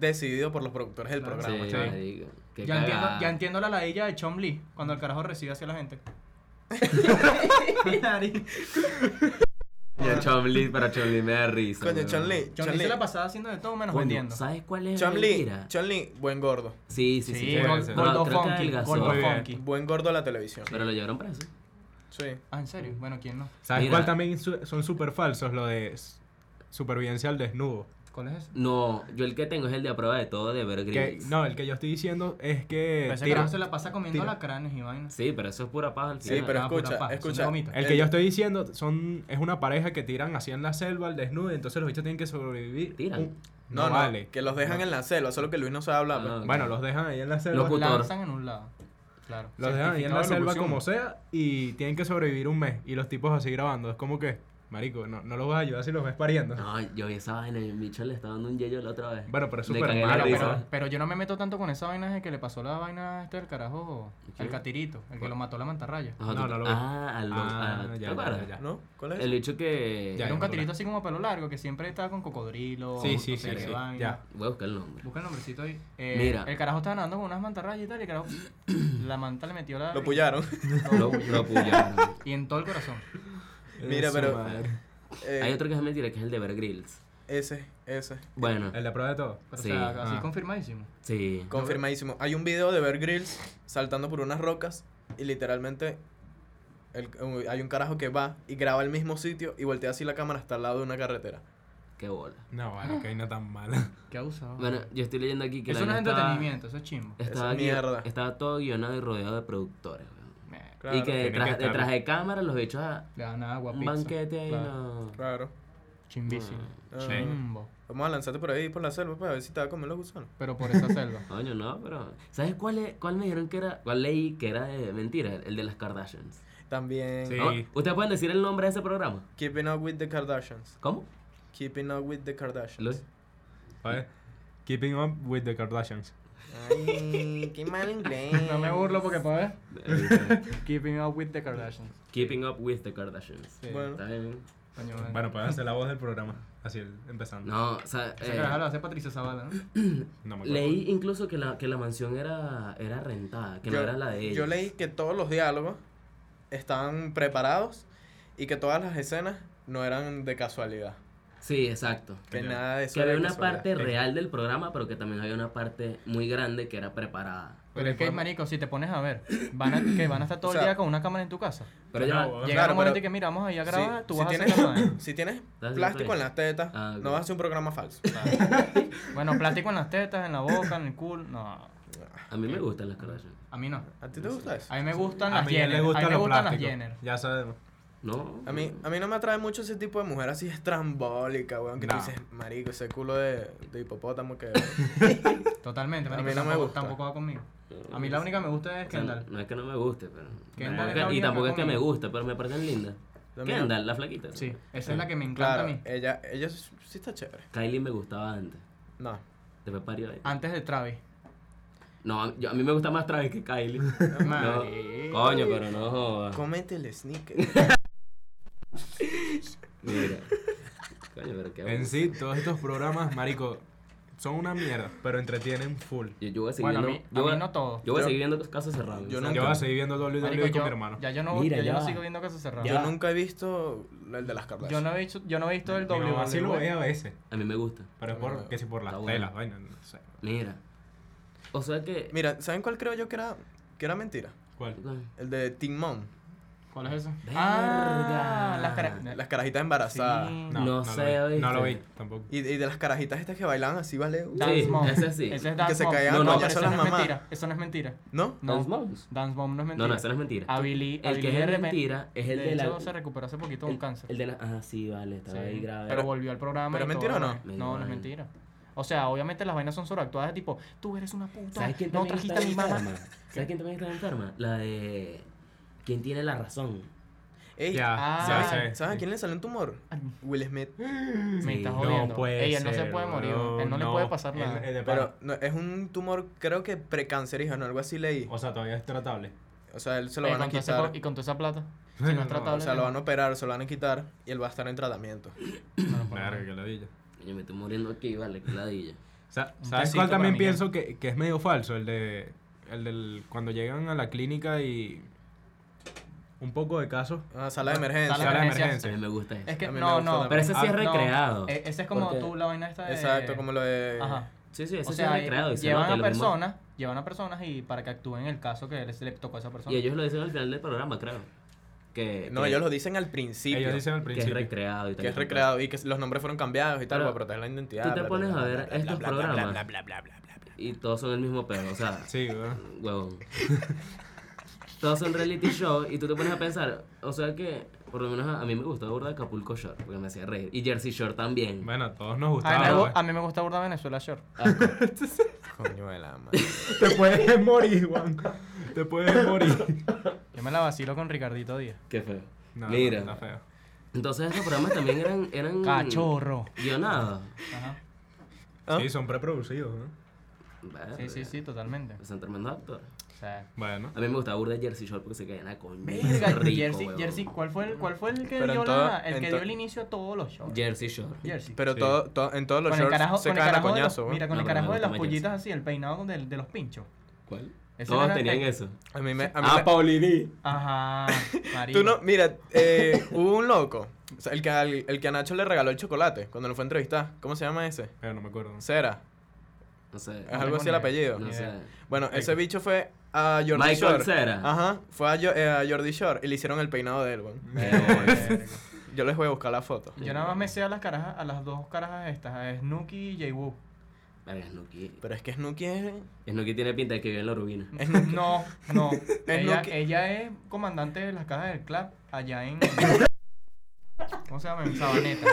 [SPEAKER 4] decidido por los productores del
[SPEAKER 1] Claro.
[SPEAKER 4] programa.
[SPEAKER 3] Sí,
[SPEAKER 5] chamo.
[SPEAKER 3] marico, qué
[SPEAKER 1] Ya entiendo,
[SPEAKER 3] cagada.
[SPEAKER 1] ya entiendo la ladilla de Chom Lee cuando el carajo recibe hacia la gente.
[SPEAKER 3] Ya Chun Li, para Chun Li me da risa.
[SPEAKER 4] Coño,
[SPEAKER 3] weón.
[SPEAKER 4] Chun-Li,
[SPEAKER 1] Chom Lee
[SPEAKER 4] Chun-Li,
[SPEAKER 1] se la pasaba haciendo de todo menos
[SPEAKER 3] Coño,
[SPEAKER 1] vendiendo.
[SPEAKER 3] ¿Sabes cuál es la
[SPEAKER 4] Chun-Li,
[SPEAKER 3] mentira?
[SPEAKER 4] Chun-Li, buen gordo.
[SPEAKER 3] Sí, sí, sí.
[SPEAKER 1] Sí,
[SPEAKER 5] sí,
[SPEAKER 1] gol-
[SPEAKER 5] sí.
[SPEAKER 1] Gordo
[SPEAKER 3] No, creo que
[SPEAKER 1] Funky.
[SPEAKER 3] adelgazó.
[SPEAKER 1] Gordo
[SPEAKER 5] Muy bien.
[SPEAKER 1] Funky.
[SPEAKER 4] Buen gordo a la televisión.
[SPEAKER 3] Pero lo llevaron preso.
[SPEAKER 4] Sí.
[SPEAKER 1] Ah, ¿en serio? Bueno, ¿quién no?
[SPEAKER 5] ¿Sabes
[SPEAKER 3] Mira.
[SPEAKER 5] cuál también su- son súper falsos? Lo de s- supervivencia al desnudo.
[SPEAKER 1] ¿Cuál es ese?
[SPEAKER 3] No, yo el que tengo es el de a prueba de todo de Bear
[SPEAKER 5] Que-
[SPEAKER 3] Grylls.
[SPEAKER 5] no, el que yo estoy diciendo es que.
[SPEAKER 1] Pero ese
[SPEAKER 5] tira-
[SPEAKER 1] carajo se la pasa comiendo
[SPEAKER 5] tira.
[SPEAKER 1] lacranes y vainas.
[SPEAKER 3] Sí, pero eso es pura paja al
[SPEAKER 4] Sí,
[SPEAKER 3] final.
[SPEAKER 4] pero
[SPEAKER 1] Ah, pura
[SPEAKER 4] escucha,
[SPEAKER 1] paja, son
[SPEAKER 4] escucha.
[SPEAKER 1] bromitas.
[SPEAKER 5] El que yo estoy diciendo son es una pareja que tiran así en la selva al desnudo y entonces los bichos tienen que sobrevivir.
[SPEAKER 3] Tiran.
[SPEAKER 5] Un-
[SPEAKER 4] No, no, que los dejan en la selva, solo que Luis no sabe hablar.
[SPEAKER 3] Ah,
[SPEAKER 4] pues.
[SPEAKER 5] Bueno, los dejan ahí en la selva.
[SPEAKER 3] Los
[SPEAKER 1] Los
[SPEAKER 3] Locutor.
[SPEAKER 1] lanzan en un lado. Claro.
[SPEAKER 5] Los dejan ahí en
[SPEAKER 1] Certificado
[SPEAKER 5] la
[SPEAKER 1] de
[SPEAKER 5] selva
[SPEAKER 1] locución.
[SPEAKER 5] como sea y tienen que sobrevivir un mes. Y los tipos así grabando. Es como que, marico, no, no los vas a ayudar si los ves pariendo.
[SPEAKER 3] No, yo vi esa vaina y el bicho le estaba dando un yello la otra vez.
[SPEAKER 5] Bueno, pero es
[SPEAKER 3] Me
[SPEAKER 5] súper
[SPEAKER 3] cagué la
[SPEAKER 5] malo,
[SPEAKER 1] Claro,
[SPEAKER 3] risa.
[SPEAKER 1] pero, pero yo no me meto tanto con esa vaina de que le pasó la vaina a este del carajo,
[SPEAKER 3] ¿Quién?
[SPEAKER 1] el catirito, el que lo mató la mantarraya.
[SPEAKER 3] Ajá,
[SPEAKER 5] No,
[SPEAKER 3] tú-
[SPEAKER 5] no lo vi.
[SPEAKER 3] Ah, al
[SPEAKER 5] Ah,
[SPEAKER 3] ah, ¿te
[SPEAKER 5] ya, ya,
[SPEAKER 3] acuerdas?
[SPEAKER 5] ya, ya.
[SPEAKER 4] ¿No? ¿Cuál es?
[SPEAKER 3] El bicho que.
[SPEAKER 5] Ya,
[SPEAKER 1] Era un
[SPEAKER 5] ya.
[SPEAKER 1] catirito así como pelo largo que siempre estaba con cocodrilo.
[SPEAKER 5] Sí, sí,
[SPEAKER 1] no
[SPEAKER 5] sí,
[SPEAKER 1] sé qué
[SPEAKER 5] sí,
[SPEAKER 1] vaina.
[SPEAKER 5] ya.
[SPEAKER 3] Voy a buscar el nombre.
[SPEAKER 1] Busca el nombrecito ahí. Eh,
[SPEAKER 3] Mira.
[SPEAKER 1] El carajo estaba nadando con unas mantarrayas y tal. Y el carajo, la manta le metió la.
[SPEAKER 4] Lo pullaron.
[SPEAKER 3] Lo, lo pullaron.
[SPEAKER 1] Y en todo el corazón.
[SPEAKER 4] Mira,
[SPEAKER 5] Su
[SPEAKER 4] pero-
[SPEAKER 5] madre.
[SPEAKER 4] Eh,
[SPEAKER 3] Hay otro que es mentira, que es el de Bear Grylls.
[SPEAKER 4] Ese, ese.
[SPEAKER 3] Bueno,
[SPEAKER 5] El de prueba de todo.
[SPEAKER 1] Pero,
[SPEAKER 3] Sí.
[SPEAKER 1] O sea, así
[SPEAKER 5] Ah.
[SPEAKER 1] confirmadísimo.
[SPEAKER 3] sí.
[SPEAKER 4] Confirmadísimo. Hay un video de Bear Grylls saltando por unas rocas y literalmente el- un- hay un carajo que va y graba el mismo sitio y voltea así la cámara hasta al lado de una carretera.
[SPEAKER 3] Qué bola.
[SPEAKER 5] No, bueno, que no tan mala.
[SPEAKER 1] Qué abusado.
[SPEAKER 3] Bueno, yo estoy leyendo aquí que
[SPEAKER 1] eso no es
[SPEAKER 3] vaina estaba-
[SPEAKER 1] entretenimiento, eso es chimbo.
[SPEAKER 3] Estaba,
[SPEAKER 4] Eso es
[SPEAKER 3] gui-
[SPEAKER 4] mierda.
[SPEAKER 3] estaba todo guionado y rodeado de productores. weón.
[SPEAKER 1] Meh,
[SPEAKER 4] Claro,
[SPEAKER 3] y que
[SPEAKER 5] tiene que
[SPEAKER 3] detrás,
[SPEAKER 5] estar.
[SPEAKER 3] detrás de cámara los bichos a
[SPEAKER 1] Le dan agua,
[SPEAKER 3] un
[SPEAKER 1] pizza.
[SPEAKER 3] banquete ahí.
[SPEAKER 1] Claro.
[SPEAKER 3] No.
[SPEAKER 4] Claro.
[SPEAKER 1] Chimbísimo.
[SPEAKER 4] Ah,
[SPEAKER 5] Sí.
[SPEAKER 1] Chimbo.
[SPEAKER 4] Vamos a lanzarte por ahí por la selva para ver si te va a comer los gusanos.
[SPEAKER 1] Pero por esa selva.
[SPEAKER 3] Coño, no, pero. ¿Sabes cuál, es- cuál me dijeron que era? ¿Cuál leí que era de mentira? El de las Kardashians.
[SPEAKER 4] También.
[SPEAKER 5] Sí.
[SPEAKER 3] ¿No? ¿Ustedes pueden decir el nombre de ese programa?
[SPEAKER 4] Keeping up with the Kardashians.
[SPEAKER 3] ¿Cómo?
[SPEAKER 4] Keeping up with the Kardashians.
[SPEAKER 3] Luis.
[SPEAKER 5] ¿Sabes? Pues, Keeping up with the Kardashians.
[SPEAKER 4] Ay, qué mal inglés.
[SPEAKER 1] No me burlo porque puedo ver. Keeping up with the Kardashians.
[SPEAKER 3] Keeping up with the Kardashians.
[SPEAKER 1] Sí.
[SPEAKER 4] Bueno.
[SPEAKER 3] ¿Está bien?
[SPEAKER 1] Coño,
[SPEAKER 5] Bueno, puedes hacer la voz del programa. Así el- empezando.
[SPEAKER 3] No, o sea,
[SPEAKER 1] Esa
[SPEAKER 3] eh,
[SPEAKER 1] caraja lo hace Patricia Zavala, ¿no?
[SPEAKER 5] No me acuerdo.
[SPEAKER 3] leí incluso que la, que la mansión era, era rentada, que no era la de ellos.
[SPEAKER 4] yo leí que todos los diálogos estaban preparados y que todas las escenas no eran de casualidad.
[SPEAKER 3] Sí, exacto.
[SPEAKER 4] Que
[SPEAKER 5] Ya.
[SPEAKER 4] nada de eso
[SPEAKER 3] Que había
[SPEAKER 4] era
[SPEAKER 3] una
[SPEAKER 4] casualidad.
[SPEAKER 3] parte real del programa, pero que también había una parte muy grande que era preparada.
[SPEAKER 1] Pero es que, marico, si te pones a ver, van a, que van a estar todo
[SPEAKER 4] O sea,
[SPEAKER 1] el día con una cámara en tu casa.
[SPEAKER 3] Pero ya,
[SPEAKER 5] No,
[SPEAKER 3] va-
[SPEAKER 5] bueno.
[SPEAKER 1] Llega
[SPEAKER 4] Claro,
[SPEAKER 1] un momento
[SPEAKER 4] pero-
[SPEAKER 1] en que mira, vamos ahí a
[SPEAKER 4] Si-
[SPEAKER 1] grabar, tú
[SPEAKER 4] si
[SPEAKER 1] vas
[SPEAKER 4] tienes-
[SPEAKER 1] a hacer la vaina.
[SPEAKER 4] Si tienes
[SPEAKER 3] haciendo
[SPEAKER 4] plástico en
[SPEAKER 3] esto?
[SPEAKER 4] las tetas,
[SPEAKER 3] Ah, ok.
[SPEAKER 4] no vas a hacer un programa falso.
[SPEAKER 1] Bueno, plástico en las tetas, en la boca, en el culo. No,
[SPEAKER 3] a mí me gustan las Kardashian.
[SPEAKER 1] a mí no.
[SPEAKER 4] ¿A ti te gusta eso?
[SPEAKER 1] A mí me gustan
[SPEAKER 5] a
[SPEAKER 1] las
[SPEAKER 5] mí ya
[SPEAKER 1] Jenner.
[SPEAKER 5] le
[SPEAKER 1] a mí
[SPEAKER 5] gustan
[SPEAKER 1] me
[SPEAKER 5] los
[SPEAKER 1] gustan las
[SPEAKER 5] plásticos.
[SPEAKER 1] Jenner.
[SPEAKER 5] Ya sabemos.
[SPEAKER 3] No.
[SPEAKER 4] A mí, a mí no me atrae mucho ese tipo de mujer así estrambólica, weón. Que
[SPEAKER 5] No.
[SPEAKER 4] tú dices, marico, ese culo de, de hipopótamo que.
[SPEAKER 1] Totalmente,
[SPEAKER 4] A
[SPEAKER 1] marico.
[SPEAKER 4] mí no me
[SPEAKER 1] tampoco-
[SPEAKER 4] gusta.
[SPEAKER 1] Tampoco va conmigo. A mí la única que me gusta es
[SPEAKER 3] O sea,
[SPEAKER 1] Kendall.
[SPEAKER 3] No es que no me guste, pero.
[SPEAKER 1] Kendall es
[SPEAKER 3] no,
[SPEAKER 1] la
[SPEAKER 3] y
[SPEAKER 1] única
[SPEAKER 3] tampoco
[SPEAKER 1] que
[SPEAKER 3] es que me
[SPEAKER 1] conmigo.
[SPEAKER 3] gusta, pero me parecen lindas.
[SPEAKER 4] La mía-
[SPEAKER 3] Kendall, la flaquita.
[SPEAKER 1] Sí, esa es la que me encanta a
[SPEAKER 4] Claro,
[SPEAKER 1] mí.
[SPEAKER 4] ella, ella s- sí está chévere.
[SPEAKER 3] Kylie me gustaba antes.
[SPEAKER 4] No.
[SPEAKER 3] Después parió ahí.
[SPEAKER 1] Antes de Travis.
[SPEAKER 3] No, a, yo- a mí me gusta más Travis que Kylie. No,
[SPEAKER 1] Marico.
[SPEAKER 3] coño, pero no jodas.
[SPEAKER 4] Cómete el sneaker.
[SPEAKER 3] Mira. Coño, pero qué
[SPEAKER 5] En
[SPEAKER 3] abuso.
[SPEAKER 5] sí, todos estos programas, marico, son una mierda, pero entretienen full.
[SPEAKER 3] Yo, yo voy a seguir
[SPEAKER 1] Bueno, a
[SPEAKER 3] viendo.
[SPEAKER 1] mí-
[SPEAKER 3] yo
[SPEAKER 1] a
[SPEAKER 3] voy-
[SPEAKER 1] mí no todo.
[SPEAKER 3] Yo voy a
[SPEAKER 4] Yo-
[SPEAKER 3] seguir viendo los casos cerrados.
[SPEAKER 4] yo
[SPEAKER 3] o sea,
[SPEAKER 4] nunca-
[SPEAKER 5] Yo así viendo WWE
[SPEAKER 1] Marico,
[SPEAKER 5] con
[SPEAKER 1] yo-
[SPEAKER 5] mi hermano.
[SPEAKER 1] Ya yo no,
[SPEAKER 3] Mira,
[SPEAKER 1] ya yo
[SPEAKER 3] ya
[SPEAKER 1] no
[SPEAKER 3] va.
[SPEAKER 1] sigo viendo Casa Cerrada.
[SPEAKER 4] Yo nunca he visto el de las Kardashian.
[SPEAKER 1] Yo no he visto, yo no he visto el
[SPEAKER 5] Mi mamá sí lo ve
[SPEAKER 1] WWE.
[SPEAKER 5] a veces,
[SPEAKER 3] A mí me gusta.
[SPEAKER 5] pero es por, que si por las
[SPEAKER 3] Está bueno.
[SPEAKER 5] telas, vaina, no sé.
[SPEAKER 3] Mira. O sea que.
[SPEAKER 4] Mira, ¿saben cuál creo yo que era, que era mentira?
[SPEAKER 5] ¿Cuál?
[SPEAKER 4] El de Teen Mom.
[SPEAKER 5] ¿Cuál es ese?
[SPEAKER 1] Ah,
[SPEAKER 3] Verga.
[SPEAKER 1] las cara-
[SPEAKER 4] Las carajitas embarazadas.
[SPEAKER 1] Sí.
[SPEAKER 3] No sé,
[SPEAKER 5] lo vi. No lo vi,
[SPEAKER 3] ¿oíste?
[SPEAKER 5] tampoco.
[SPEAKER 4] Y, y de las carajitas estas que bailan así, ¿vale? Uh,
[SPEAKER 1] Dance
[SPEAKER 3] Sí,
[SPEAKER 1] Mom.
[SPEAKER 3] ese sí.
[SPEAKER 1] Ese es
[SPEAKER 4] Que
[SPEAKER 1] Dance
[SPEAKER 4] se
[SPEAKER 1] Mom.
[SPEAKER 4] caían
[SPEAKER 1] No,
[SPEAKER 3] a
[SPEAKER 1] no,
[SPEAKER 3] coñazos
[SPEAKER 1] eso
[SPEAKER 4] las
[SPEAKER 1] no es
[SPEAKER 4] mamás.
[SPEAKER 1] mentira. Eso no es mentira.
[SPEAKER 4] ¿No?
[SPEAKER 1] No,
[SPEAKER 3] Dance Moms.
[SPEAKER 1] Dance Mom no es mentira.
[SPEAKER 3] No, no, esa no es mentira.
[SPEAKER 1] Abili,
[SPEAKER 3] El que es
[SPEAKER 1] Abili RP,
[SPEAKER 3] mentira es el de, la.
[SPEAKER 1] hecho, se recuperó hace poquito de un
[SPEAKER 3] el-
[SPEAKER 1] cáncer.
[SPEAKER 3] El de la. Ah, sí, vale, estaba
[SPEAKER 1] Sí,
[SPEAKER 3] ahí grave.
[SPEAKER 1] Pero volvió al programa.
[SPEAKER 4] ¿pero
[SPEAKER 1] y
[SPEAKER 4] mentira
[SPEAKER 1] todo,
[SPEAKER 4] o no?
[SPEAKER 1] ¿no?
[SPEAKER 3] Me
[SPEAKER 1] No, no es
[SPEAKER 3] igual.
[SPEAKER 1] mentira. O sea, obviamente las vainas son sobreactuadas, tipo, tú eres una puta.
[SPEAKER 3] ¿Sabes quién
[SPEAKER 1] no
[SPEAKER 3] también
[SPEAKER 1] trajiste a
[SPEAKER 3] está
[SPEAKER 1] mi mamá.
[SPEAKER 3] enferma? ¿Sabes quién también está enferma? La de. ¿Quién tiene la razón?
[SPEAKER 4] Ey,
[SPEAKER 5] Ya,
[SPEAKER 1] ah,
[SPEAKER 5] ya
[SPEAKER 4] ¿saben-
[SPEAKER 5] sé.
[SPEAKER 4] ¿Saben a quién le salió un tumor? Will Smith.
[SPEAKER 1] Me
[SPEAKER 3] Sí.
[SPEAKER 1] estás
[SPEAKER 3] No
[SPEAKER 1] jodiendo.
[SPEAKER 5] puede
[SPEAKER 1] Ella no se
[SPEAKER 5] ser,
[SPEAKER 1] puede morir.
[SPEAKER 5] weón,
[SPEAKER 1] Él no, le puede pasar
[SPEAKER 5] Él-
[SPEAKER 1] nada.
[SPEAKER 5] él de
[SPEAKER 4] Pero
[SPEAKER 5] pana.
[SPEAKER 4] no, es un tumor, creo que precancerígeno, algo así leí.
[SPEAKER 5] O sea, todavía es tratable.
[SPEAKER 4] O sea, él se lo
[SPEAKER 1] Ey,
[SPEAKER 4] van a
[SPEAKER 1] con todo ese
[SPEAKER 4] quitar.
[SPEAKER 1] Eh, po- y con toda esa plata. Si
[SPEAKER 5] No,
[SPEAKER 1] no es
[SPEAKER 5] no,
[SPEAKER 1] tratable.
[SPEAKER 4] O sea,
[SPEAKER 1] no.
[SPEAKER 4] lo van a operar, se lo van a quitar y él va a estar en tratamiento.
[SPEAKER 1] No, no, por
[SPEAKER 5] Verga,
[SPEAKER 1] nada.
[SPEAKER 5] que ladilla.
[SPEAKER 3] Yo me estoy muriendo aquí, vale, que ladilla.
[SPEAKER 5] Sa-
[SPEAKER 1] Un
[SPEAKER 5] ¿Sabes
[SPEAKER 1] tecito
[SPEAKER 5] cuál
[SPEAKER 1] para
[SPEAKER 5] también
[SPEAKER 1] Miguel.
[SPEAKER 5] pienso que, que es medio falso? El de. El del. Cuando llegan a la clínica y. Un poco de casos.
[SPEAKER 4] Ah, sala de emergencia.
[SPEAKER 1] Sala
[SPEAKER 5] Sala
[SPEAKER 1] de
[SPEAKER 5] de
[SPEAKER 1] emergencias.
[SPEAKER 3] A mí
[SPEAKER 5] emergencia.
[SPEAKER 3] me gusta eso.
[SPEAKER 1] Es que
[SPEAKER 4] A mí me
[SPEAKER 1] no,
[SPEAKER 4] gusta
[SPEAKER 1] no.
[SPEAKER 4] la-
[SPEAKER 3] Pero ese sí es
[SPEAKER 1] no,
[SPEAKER 3] recreado.
[SPEAKER 1] e- ese es como
[SPEAKER 3] Porque-
[SPEAKER 1] tú la vaina esta de...
[SPEAKER 4] Exacto, como lo de.
[SPEAKER 1] Ajá.
[SPEAKER 3] Sí, sí, ese
[SPEAKER 1] O
[SPEAKER 3] sí es
[SPEAKER 1] sea,
[SPEAKER 3] recreado. y se
[SPEAKER 1] llevan
[SPEAKER 3] nota,
[SPEAKER 1] a
[SPEAKER 3] lo mismo-
[SPEAKER 1] personas, llevan a personas y para que actúen el caso que les, le tocó a esa persona.
[SPEAKER 3] Y ellos lo dicen al final del programa, creo. Que,
[SPEAKER 4] No,
[SPEAKER 3] que-
[SPEAKER 4] ellos lo dicen al principio.
[SPEAKER 5] Ellos dicen al
[SPEAKER 3] que es
[SPEAKER 5] principio.
[SPEAKER 3] recreado y tal.
[SPEAKER 4] que
[SPEAKER 3] y
[SPEAKER 4] es
[SPEAKER 3] tal.
[SPEAKER 4] recreado y que los nombres fueron cambiados y tal
[SPEAKER 3] Pero
[SPEAKER 4] para proteger la identidad.
[SPEAKER 3] Tú te
[SPEAKER 4] bla, bla,
[SPEAKER 3] pones
[SPEAKER 4] bla,
[SPEAKER 3] a
[SPEAKER 4] bla,
[SPEAKER 3] ver
[SPEAKER 4] bla, bla,
[SPEAKER 3] estos
[SPEAKER 4] bla, bla, bla,
[SPEAKER 3] programas.
[SPEAKER 4] bla, bla, bla, bla, bla.
[SPEAKER 3] Y todos son el mismo pedo, o sea,
[SPEAKER 5] Sí, weón.
[SPEAKER 3] huevón. Todos son reality show y tú te pones a pensar, o sea que, por lo menos a, a mí me gustó burda Acapulco Shore, porque me hacía reír. Y Jersey Shore también.
[SPEAKER 5] Bueno, a todos nos
[SPEAKER 1] a, mí
[SPEAKER 5] gustaba. pues.
[SPEAKER 1] me, gu-
[SPEAKER 5] weón.
[SPEAKER 1] a mí me gusta burda Venezuela Shore.
[SPEAKER 3] Asco.
[SPEAKER 1] este-
[SPEAKER 4] Coño de la madre.
[SPEAKER 5] Te puedes morir, Juan. Te puedes morir.
[SPEAKER 1] Yo me la vacilo con Ricardito Díaz.
[SPEAKER 3] Qué feo.
[SPEAKER 5] No,
[SPEAKER 3] Mira.
[SPEAKER 5] Está feo.
[SPEAKER 3] Entonces esos programas también eran, eran
[SPEAKER 1] Cachorro.
[SPEAKER 3] guionados.
[SPEAKER 1] Ajá.
[SPEAKER 4] ¿Ah?
[SPEAKER 5] Sí, son preproducidos, ¿no?
[SPEAKER 1] Sí, sí, sí, totalmente.
[SPEAKER 3] Son tremendos actores.
[SPEAKER 1] O sea,
[SPEAKER 5] Bueno.
[SPEAKER 3] A mí me gustaba burda Jersey Shore porque se caían a coño.
[SPEAKER 1] Verga, Jersey, Jersey, ¿cuál fue el, cuál fue el que
[SPEAKER 4] Pero en
[SPEAKER 1] dio
[SPEAKER 4] todo-
[SPEAKER 1] la, el
[SPEAKER 4] en
[SPEAKER 1] que
[SPEAKER 4] to-
[SPEAKER 1] dio el inicio a todos los shows?
[SPEAKER 3] Jersey Shore.
[SPEAKER 1] Jersey.
[SPEAKER 4] Pero
[SPEAKER 5] Sí.
[SPEAKER 4] todo, todo- en todos los
[SPEAKER 1] con el
[SPEAKER 4] shorts
[SPEAKER 1] carajo,
[SPEAKER 4] se
[SPEAKER 1] con el
[SPEAKER 4] cagan a
[SPEAKER 1] carajo de los-
[SPEAKER 4] coñazo, weón.
[SPEAKER 1] mira, con el
[SPEAKER 3] No, pero
[SPEAKER 1] carajo
[SPEAKER 3] me
[SPEAKER 1] de las
[SPEAKER 3] gusta más
[SPEAKER 1] pollitas así, el peinado del- de los pinchos.
[SPEAKER 3] ¿Cuál?
[SPEAKER 1] Ese
[SPEAKER 3] Todos
[SPEAKER 1] era el
[SPEAKER 3] tenían
[SPEAKER 1] pe-
[SPEAKER 3] eso.
[SPEAKER 4] A mí me. A mí
[SPEAKER 3] Ah,
[SPEAKER 4] me-
[SPEAKER 3] Paulini.
[SPEAKER 1] Ajá, marico.
[SPEAKER 4] Tú no, mira, eh, hubo un loco. o sea, el, que al- el que a Nacho le regaló el chocolate cuando lo fue a entrevistar. ¿Cómo se llama ese?
[SPEAKER 5] Pero no me acuerdo.
[SPEAKER 4] Cera.
[SPEAKER 3] No sé.
[SPEAKER 4] Es
[SPEAKER 1] No
[SPEAKER 4] algo
[SPEAKER 1] tengo
[SPEAKER 4] así
[SPEAKER 1] ni
[SPEAKER 4] el
[SPEAKER 1] idea.
[SPEAKER 4] apellido.
[SPEAKER 3] No
[SPEAKER 1] Ni
[SPEAKER 3] sé.
[SPEAKER 1] idea.
[SPEAKER 4] Bueno, ese bicho fue a Jordi
[SPEAKER 3] Michael
[SPEAKER 4] Shore.
[SPEAKER 3] Cera.
[SPEAKER 4] Ajá, fue a, Jo- eh, a Jordi Shore y le hicieron el peinado de él, weón.
[SPEAKER 3] Eh,
[SPEAKER 1] Verga.
[SPEAKER 4] Yo les voy a buscar la foto.
[SPEAKER 1] Yo nada más me sé a las carajas, a las dos carajas estas, a Snooki y J-Woo.
[SPEAKER 3] Verga, Snooki.
[SPEAKER 4] Pero es que Snooki es.
[SPEAKER 3] Snooki tiene pinta de que vive en la Urbina.
[SPEAKER 1] No, no. ella,
[SPEAKER 4] Snooki.
[SPEAKER 1] ella es comandante de las cajas del club allá en. ¿Cómo se llama? En Sabaneta.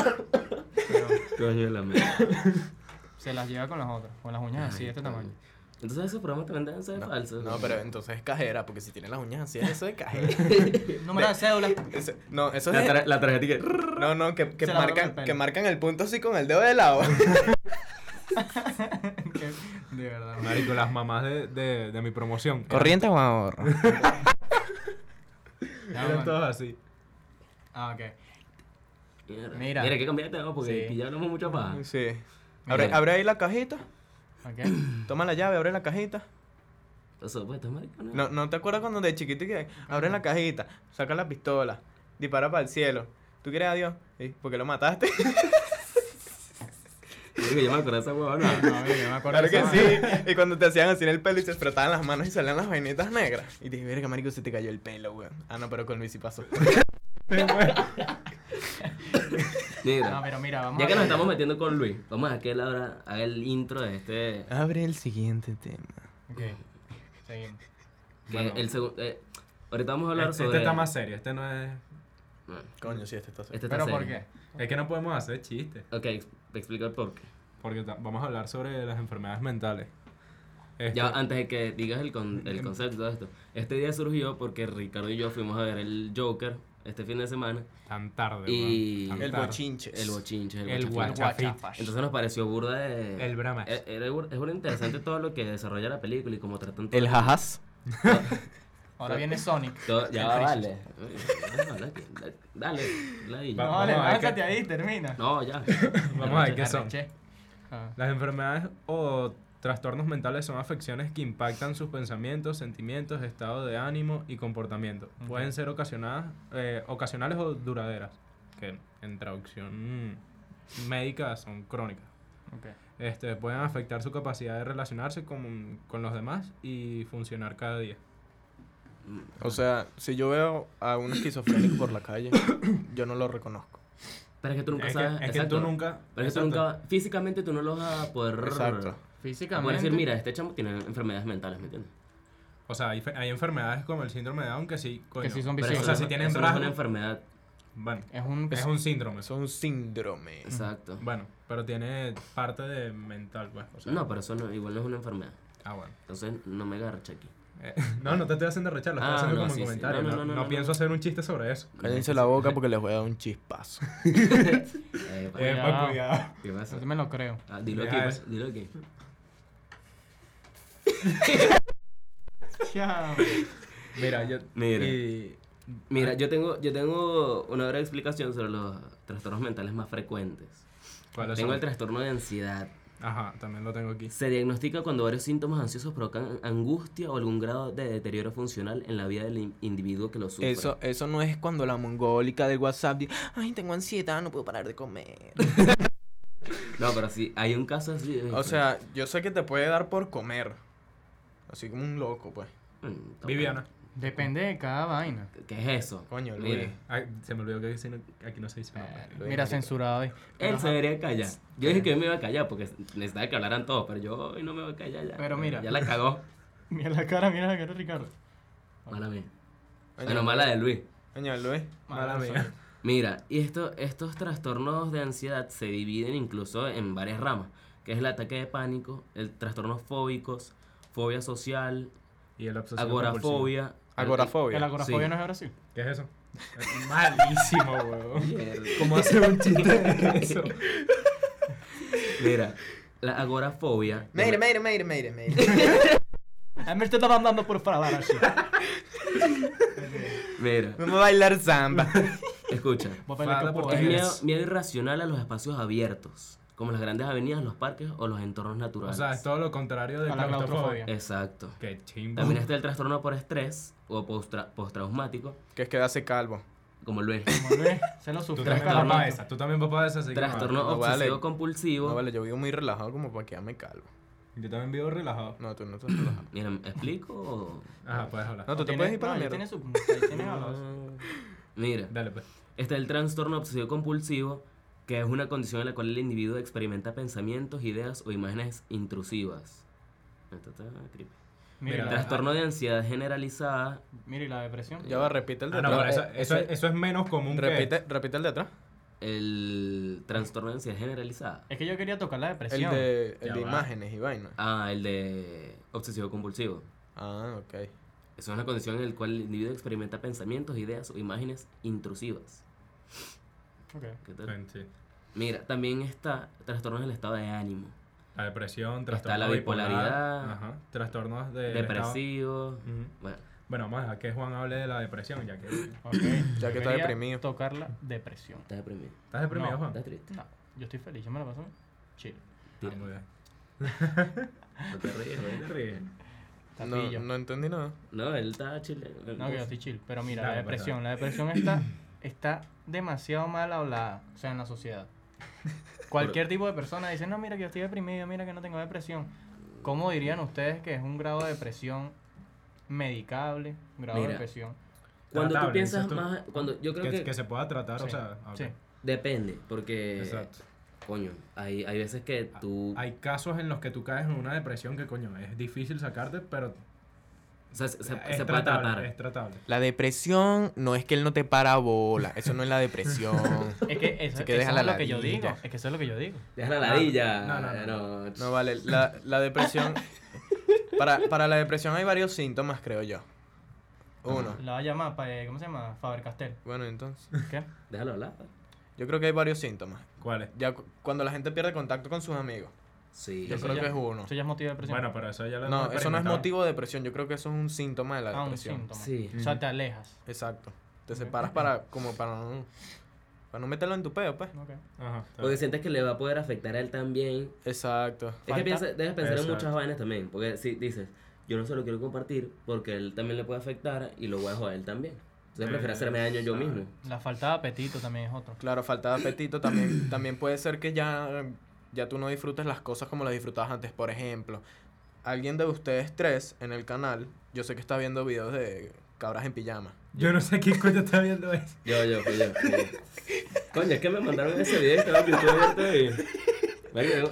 [SPEAKER 1] Pero
[SPEAKER 3] Coño de la mierda.
[SPEAKER 1] se las lleva con las otras, con las uñas así de este tamaño.
[SPEAKER 3] Entonces esos programas también deben ser falsos.
[SPEAKER 4] No, pero entonces es cajera, porque si tiene las uñas así, eso es cajera.
[SPEAKER 1] Número de cédula.
[SPEAKER 4] Ese- no, eso
[SPEAKER 3] La,
[SPEAKER 4] es.
[SPEAKER 3] tra- la tarjeta que...
[SPEAKER 4] No, no, que, que
[SPEAKER 1] Se la agarran el
[SPEAKER 4] marcan,
[SPEAKER 1] pelo.
[SPEAKER 4] que marcan el punto así con el dedo de lado.
[SPEAKER 1] Que- de verdad. man.
[SPEAKER 5] Marico, las mamás de, de, de mi promoción. eran-
[SPEAKER 4] o ahorro?
[SPEAKER 1] Ya,
[SPEAKER 5] Eran
[SPEAKER 1] man.
[SPEAKER 5] todas así.
[SPEAKER 1] Ah, ok.
[SPEAKER 3] Mira.
[SPEAKER 1] Mira.
[SPEAKER 3] que cambiar de tema porque
[SPEAKER 1] Sí.
[SPEAKER 3] aquí ya hablamos mucha paja.
[SPEAKER 4] Sí. Abre,
[SPEAKER 3] Mira.
[SPEAKER 4] abre ahí la cajita.
[SPEAKER 1] Ok.
[SPEAKER 4] Toma la llave, abre la cajita.
[SPEAKER 3] Por supuesto, marico. No.
[SPEAKER 4] No, ¿No te acuerdas cuando de chiquito que abre la cajita, saca la pistola, dispara para el cielo? ¿Tú quieres a Dios? Sí, porque lo mataste.
[SPEAKER 3] Marico, yo me acuerdo de esa huevona.
[SPEAKER 1] No, mira, yo me acuerdo
[SPEAKER 4] Claro
[SPEAKER 1] de
[SPEAKER 4] que
[SPEAKER 1] esa vaina.
[SPEAKER 4] sí. Y cuando te hacían así en el pelo y te frotaban las manos y salían las vainitas negras. Y dije, verga, marico, se te cayó el pelo, weón. Ah, no, pero con Luis sí pasó.
[SPEAKER 3] Mira.
[SPEAKER 1] No, pero mira, vamos
[SPEAKER 3] ya
[SPEAKER 1] a
[SPEAKER 3] que nos
[SPEAKER 1] ver.
[SPEAKER 3] estamos metiendo con Luis, vamos a que él ahora haga el intro de este...
[SPEAKER 4] Abre el siguiente tema.
[SPEAKER 1] Ok. Seguimos.
[SPEAKER 3] que
[SPEAKER 5] Bueno.
[SPEAKER 3] el segun- eh, ahorita vamos a hablar
[SPEAKER 5] Este,
[SPEAKER 3] sobre...
[SPEAKER 5] este está más serio. Este no es.
[SPEAKER 3] Bueno,
[SPEAKER 4] Coño, sí, este está
[SPEAKER 3] Este está
[SPEAKER 1] ¿Pero por
[SPEAKER 3] serio.
[SPEAKER 1] qué?
[SPEAKER 5] Es que no podemos hacer chistes.
[SPEAKER 3] Ok, ex- te explico el porqué.
[SPEAKER 5] Porque ta- vamos a hablar sobre las enfermedades mentales. Este,
[SPEAKER 3] Ya antes de que digas el, con- el concepto y todo esto. Este día surgió porque Ricardo y yo fuimos a ver el Joker este fin de semana.
[SPEAKER 5] Tan tarde.
[SPEAKER 3] Y-
[SPEAKER 5] weón, tan
[SPEAKER 4] El
[SPEAKER 5] tarde.
[SPEAKER 4] bochinche.
[SPEAKER 3] El bochinche, el,
[SPEAKER 5] El
[SPEAKER 3] guachafita.
[SPEAKER 5] guacha- Guachafita.
[SPEAKER 1] Guachafash.
[SPEAKER 3] Entonces nos pareció burda de...
[SPEAKER 5] El brama.
[SPEAKER 3] Eh, era bur- es burda interesante todo lo que desarrolla la película y cómo tratan todo.
[SPEAKER 4] El jajas.
[SPEAKER 1] Ahora viene Sonic.
[SPEAKER 3] todo- ya va, vale. Dale, dale, dale.
[SPEAKER 1] No,
[SPEAKER 5] Va- vamos
[SPEAKER 1] vale,
[SPEAKER 5] a ver qué-
[SPEAKER 1] lánzate ahí, termina.
[SPEAKER 3] No, ya.
[SPEAKER 5] Vamos a ver qué son.
[SPEAKER 1] Arreché. Ah.
[SPEAKER 5] Las enfermedades o trastornos mentales son afecciones que impactan sus pensamientos, sentimientos, estado de ánimo y comportamiento. Pueden ser ocasionadas, eh, ocasionales o duraderas, que en traducción mm, médica son crónicas.
[SPEAKER 1] Ok.
[SPEAKER 5] Este, pueden afectar su capacidad de relacionarse con, con los demás y funcionar cada día.
[SPEAKER 4] O sea, si yo veo a un esquizofrénico por la calle, yo no lo reconozco.
[SPEAKER 3] Pero es que tú nunca
[SPEAKER 5] Es que,
[SPEAKER 3] sabes.
[SPEAKER 5] es que
[SPEAKER 3] exacto.
[SPEAKER 5] tú nunca.
[SPEAKER 3] Pero es que tú nunca. Físicamente tú no los vas a poder.
[SPEAKER 4] Exacto.
[SPEAKER 3] Como
[SPEAKER 1] Físicamente.
[SPEAKER 3] decir, mira, este chamo tiene enfermedades mentales, ¿me entiendes?
[SPEAKER 5] O sea, hay, fe- hay enfermedades como el síndrome de Down que sí, coño.
[SPEAKER 1] sí son
[SPEAKER 3] Pero
[SPEAKER 1] Sí,
[SPEAKER 3] eso
[SPEAKER 5] o sea,
[SPEAKER 3] no-
[SPEAKER 5] si tienen
[SPEAKER 3] eso no es
[SPEAKER 5] rasgos.
[SPEAKER 3] una enfermedad.
[SPEAKER 5] Bueno,
[SPEAKER 1] Es un.
[SPEAKER 5] es un síndrome.
[SPEAKER 4] Eso es un síndrome.
[SPEAKER 3] Exacto.
[SPEAKER 5] Bueno, pero tiene parte de mental, pues. O sea,
[SPEAKER 3] No, pero eso no, igual no es una enfermedad.
[SPEAKER 5] Ah, bueno.
[SPEAKER 3] Entonces no me garcha aquí.
[SPEAKER 5] Eh, no, no te estoy haciendo rechar, lo estoy
[SPEAKER 3] Ah,
[SPEAKER 5] haciendo
[SPEAKER 3] no,
[SPEAKER 5] como
[SPEAKER 3] sí, sí.
[SPEAKER 5] un comentario.
[SPEAKER 3] No,
[SPEAKER 5] No,
[SPEAKER 3] no, no,
[SPEAKER 5] no
[SPEAKER 3] no,
[SPEAKER 5] pienso
[SPEAKER 3] no.
[SPEAKER 5] hacer un chiste sobre eso.
[SPEAKER 4] Cállense la boca porque les voy a dar un chispazo.
[SPEAKER 3] Eh, pa-
[SPEAKER 5] Eh,
[SPEAKER 1] Cuidado.
[SPEAKER 5] pa, cuidado.
[SPEAKER 3] ¿Qué pasa?
[SPEAKER 1] Yo me lo creo.
[SPEAKER 3] Ah, dilo aquí,
[SPEAKER 5] Ya,
[SPEAKER 3] pues,
[SPEAKER 5] eh.
[SPEAKER 3] dilo aquí.
[SPEAKER 1] Chao.
[SPEAKER 5] Mira, yo.
[SPEAKER 3] Mira.
[SPEAKER 5] y-
[SPEAKER 3] Mira, yo tengo, yo tengo una breve explicación sobre los trastornos mentales más frecuentes.
[SPEAKER 5] ¿cuáles
[SPEAKER 3] Tengo
[SPEAKER 5] son?
[SPEAKER 3] el trastorno de ansiedad.
[SPEAKER 5] Ajá, también lo tengo aquí.
[SPEAKER 3] Se diagnostica cuando varios síntomas ansiosos provocan angustia o algún grado de deterioro funcional en la vida del in- individuo que lo sufre.
[SPEAKER 4] Eso, eso no es cuando la mongólica del WhatsApp dice, ay, tengo ansiedad, no puedo parar de comer.
[SPEAKER 3] No, pero sí, hay un caso así.
[SPEAKER 4] O sea, yo sé que te puede dar por comer. Así como un loco, pues.
[SPEAKER 3] Mm, está
[SPEAKER 5] Viviana.
[SPEAKER 1] Depende de cada vaina.
[SPEAKER 3] bueno. ¿Qué es eso?
[SPEAKER 4] Coño, Luis.
[SPEAKER 3] Mira,
[SPEAKER 5] Ay, se me olvidó que aquí no- aquí no se dice nada.
[SPEAKER 1] Eh, Mira, censurado ahí.
[SPEAKER 3] él se debería callar. Yo dije que hoy me iba a callar porque necesitaba que hablaran todos, pero yo hoy no me voy a callar ya.
[SPEAKER 1] Pero mira.
[SPEAKER 3] Ya la cagó.
[SPEAKER 1] Mira la cara, mira la cara de Ricardo.
[SPEAKER 3] Mala mía.
[SPEAKER 4] Coño,
[SPEAKER 3] Bueno, mala de Luis.
[SPEAKER 4] Coño, Luis.
[SPEAKER 5] Mala mía.
[SPEAKER 3] Mira, y esto, estos trastornos de ansiedad se dividen incluso en varias ramas, que es el ataque de pánico, el trastornos fóbicos, fobia social,
[SPEAKER 5] Y el obsesivo
[SPEAKER 3] agorafobia.
[SPEAKER 1] El
[SPEAKER 4] Agorafobia.
[SPEAKER 1] agorafobia
[SPEAKER 3] Sí.
[SPEAKER 1] no es de Brasil.
[SPEAKER 5] compulsivo. ¿Qué es eso? Es Malísimo, weón.
[SPEAKER 3] Mierda.
[SPEAKER 5] ¿Cómo hacer un chiste de eso?
[SPEAKER 3] Mira, la agorafobia.
[SPEAKER 4] Mire, mire, mire, mire, mire.
[SPEAKER 1] A mí me estaba andando por falar así.
[SPEAKER 3] Mira,
[SPEAKER 4] Vamos a bailar samba.
[SPEAKER 3] escucha.
[SPEAKER 1] Voy a bailar
[SPEAKER 5] Fala,
[SPEAKER 1] que puedo.
[SPEAKER 5] porque
[SPEAKER 3] Es
[SPEAKER 5] Pues-
[SPEAKER 3] miedo, miedo irracional a los espacios abiertos, como las grandes avenidas, los parques o los entornos
[SPEAKER 5] O
[SPEAKER 3] naturales.
[SPEAKER 5] sea, es todo lo contrario de
[SPEAKER 1] A la claustrofobia.
[SPEAKER 3] Exacto.
[SPEAKER 5] Qué chimbo.
[SPEAKER 3] También está el trastorno por estrés o postra- postraumático,
[SPEAKER 4] que es quedarse calvo.
[SPEAKER 3] como Luis.
[SPEAKER 1] Como Luis, se lo
[SPEAKER 5] Tú
[SPEAKER 1] sufre.
[SPEAKER 5] también
[SPEAKER 3] Trastorno.
[SPEAKER 5] papá esa. Tú también papá esa. así que
[SPEAKER 3] Trastorno
[SPEAKER 4] no vale.
[SPEAKER 3] obsesivo compulsivo.
[SPEAKER 4] No, vale, yo vivo muy relajado como para quedarme calvo.
[SPEAKER 5] nada. Yo también vivo relajado.
[SPEAKER 4] No, tú no estás relajado.
[SPEAKER 3] Mira, ¿me explico? o-
[SPEAKER 5] Ajá, puedes hablar.
[SPEAKER 3] Ah.
[SPEAKER 4] No, tú te puedes ir para la mierda.
[SPEAKER 1] Tiene su. ahí tiene a los-
[SPEAKER 3] Mira,
[SPEAKER 5] Dale, pues.
[SPEAKER 3] está el trastorno obsesivo compulsivo, que es una condición en la cual el individuo experimenta pensamientos, ideas o imágenes intrusivas. Esto está creepy.
[SPEAKER 1] Mira,
[SPEAKER 5] Mira,
[SPEAKER 1] la-
[SPEAKER 3] Trastorno de ansiedad generalizada.
[SPEAKER 1] mira, y la depresión.
[SPEAKER 4] Ya va, repite el de
[SPEAKER 5] Ah, no,
[SPEAKER 4] atrás.
[SPEAKER 5] pero eso,
[SPEAKER 3] eh,
[SPEAKER 5] eso,
[SPEAKER 3] ese-
[SPEAKER 5] eso es menos común
[SPEAKER 4] repite, repite el de atrás.
[SPEAKER 3] El trastorno de ansiedad generalizada.
[SPEAKER 1] Es que yo quería tocar la
[SPEAKER 4] El
[SPEAKER 1] depresión.
[SPEAKER 4] de,
[SPEAKER 5] Ya
[SPEAKER 4] el de
[SPEAKER 5] va.
[SPEAKER 4] imágenes y vaina.
[SPEAKER 3] Ah, el de obsesivo compulsivo.
[SPEAKER 4] Ah, ok.
[SPEAKER 3] Es una condición en la cual el individuo experimenta pensamientos, ideas o imágenes intrusivas.
[SPEAKER 1] Ok.
[SPEAKER 3] ¿Qué
[SPEAKER 5] que...
[SPEAKER 3] tal?
[SPEAKER 5] Ven, sí.
[SPEAKER 3] Mira, también está trastornos del estado de ánimo.
[SPEAKER 5] La depresión,
[SPEAKER 3] Está
[SPEAKER 5] trastorno
[SPEAKER 3] la
[SPEAKER 5] bipolar,
[SPEAKER 3] bipolaridad.
[SPEAKER 5] Ajá. Trastornos de...
[SPEAKER 3] Depresivo.
[SPEAKER 5] Ujú.
[SPEAKER 3] Bueno,
[SPEAKER 5] Bueno, vamos a dejar que Juan hable de la depresión, ya que... ¿Estás
[SPEAKER 1] Ok.
[SPEAKER 4] Ya que está
[SPEAKER 1] Quería
[SPEAKER 4] deprimido.
[SPEAKER 1] Tocar la depresión.
[SPEAKER 3] estás deprimido.
[SPEAKER 5] deprimido,
[SPEAKER 1] No,
[SPEAKER 5] Juan?
[SPEAKER 3] Estás triste.
[SPEAKER 1] No, yo estoy feliz, yo me la paso. Chill.
[SPEAKER 5] Ah, muy bien.
[SPEAKER 3] No te ríes,
[SPEAKER 5] No te
[SPEAKER 3] güey.
[SPEAKER 5] ríes.
[SPEAKER 4] No,
[SPEAKER 1] Tapillo.
[SPEAKER 4] no entendí nada.
[SPEAKER 3] No, él está chile.
[SPEAKER 1] No, que yo estoy chill. Pero mira,
[SPEAKER 5] Dale,
[SPEAKER 1] la
[SPEAKER 5] pues,
[SPEAKER 1] depresión. La depresión está, está demasiado mal hablada, o sea, en la sociedad. Cualquier tipo de persona dice, no, mira que yo estoy deprimido, mira que no tengo depresión. ¿Cómo dirían ustedes que es un grado de depresión medicable, un grado
[SPEAKER 3] Mira,
[SPEAKER 1] de depresión?
[SPEAKER 3] Cuando tú
[SPEAKER 5] Tratable, dices
[SPEAKER 3] piensas
[SPEAKER 5] tú.
[SPEAKER 3] más. Cuando, yo creo
[SPEAKER 5] Que,
[SPEAKER 3] que,
[SPEAKER 5] que se pueda tratar, o
[SPEAKER 1] Sí,
[SPEAKER 5] sea... ah, ok.
[SPEAKER 1] sí.
[SPEAKER 3] depende, porque.
[SPEAKER 5] Exacto.
[SPEAKER 3] Coño, hay, hay veces que tú.
[SPEAKER 5] Hay casos en los que tú caes en una depresión que, coño, es difícil sacarte, pero
[SPEAKER 3] o sea, se, se- se
[SPEAKER 5] es
[SPEAKER 3] puede
[SPEAKER 5] tratable,
[SPEAKER 3] tratar.
[SPEAKER 5] es tratable.
[SPEAKER 4] La depresión no es que él no te para bola. Eso no es la depresión.
[SPEAKER 1] Es que eso,
[SPEAKER 4] Así que
[SPEAKER 1] eso
[SPEAKER 4] deja
[SPEAKER 1] es
[SPEAKER 4] la
[SPEAKER 1] lo que yo
[SPEAKER 4] ladilla.
[SPEAKER 1] digo. Es que eso es lo que yo digo.
[SPEAKER 3] Deja la ladilla.
[SPEAKER 5] No, no, no,
[SPEAKER 3] no,
[SPEAKER 4] No, vale. La, la depresión. Para, para la depresión hay varios síntomas, creo yo. Uno.
[SPEAKER 1] La va a llamar, pa- eh, ¿cómo se llama? Faber Castell.
[SPEAKER 4] Bueno, entonces.
[SPEAKER 1] ¿Qué?
[SPEAKER 3] Déjalo hablar. pa.
[SPEAKER 4] Yo creo que hay varios síntomas.
[SPEAKER 5] ¿Cuál es?
[SPEAKER 4] Ya cu- cuando la gente pierde contacto con sus amigos.
[SPEAKER 3] Sí.
[SPEAKER 4] Yo
[SPEAKER 1] Eso
[SPEAKER 4] creo
[SPEAKER 1] ya-
[SPEAKER 4] que es uno.
[SPEAKER 1] Eso ya es motivo de depresión.
[SPEAKER 5] Bueno, pero eso ya lo
[SPEAKER 4] No, eso no
[SPEAKER 5] hemos
[SPEAKER 4] es
[SPEAKER 5] experimentado.
[SPEAKER 4] motivo de depresión. Yo creo que eso es un síntoma de la
[SPEAKER 1] ah, un
[SPEAKER 4] depresión.
[SPEAKER 1] síntoma.
[SPEAKER 3] Sí.
[SPEAKER 1] O sea, te alejas.
[SPEAKER 4] Exacto. Te
[SPEAKER 1] Ok.
[SPEAKER 4] separas para como para no, para no meterlo en tu peo, pues.
[SPEAKER 1] Ok.
[SPEAKER 5] Ajá. está
[SPEAKER 3] Porque sientes que le va a poder afectar a él también.
[SPEAKER 4] Exacto.
[SPEAKER 3] Es que
[SPEAKER 1] Falta-
[SPEAKER 3] piensa, debes pensar en
[SPEAKER 5] Exacto.
[SPEAKER 3] muchas vainas también. Porque si dices, yo no se lo quiero compartir porque él también le puede afectar y lo voy a joder a él también. Entonces prefiero hacerme daño yo mismo.
[SPEAKER 1] La falta de apetito también es otro.
[SPEAKER 4] Claro, falta de apetito también también puede ser que ya ya tú no disfrutes las cosas como las disfrutabas antes, por ejemplo. Alguien de ustedes tres en el canal, yo sé que está viendo videos de cabras en pijama.
[SPEAKER 6] Yo no sé quién coño está viendo eso.
[SPEAKER 3] Yo, yo, fui yo. fui yo. Coño, es que me mandaron ese video que estaba en YouTube abierto y. Marico,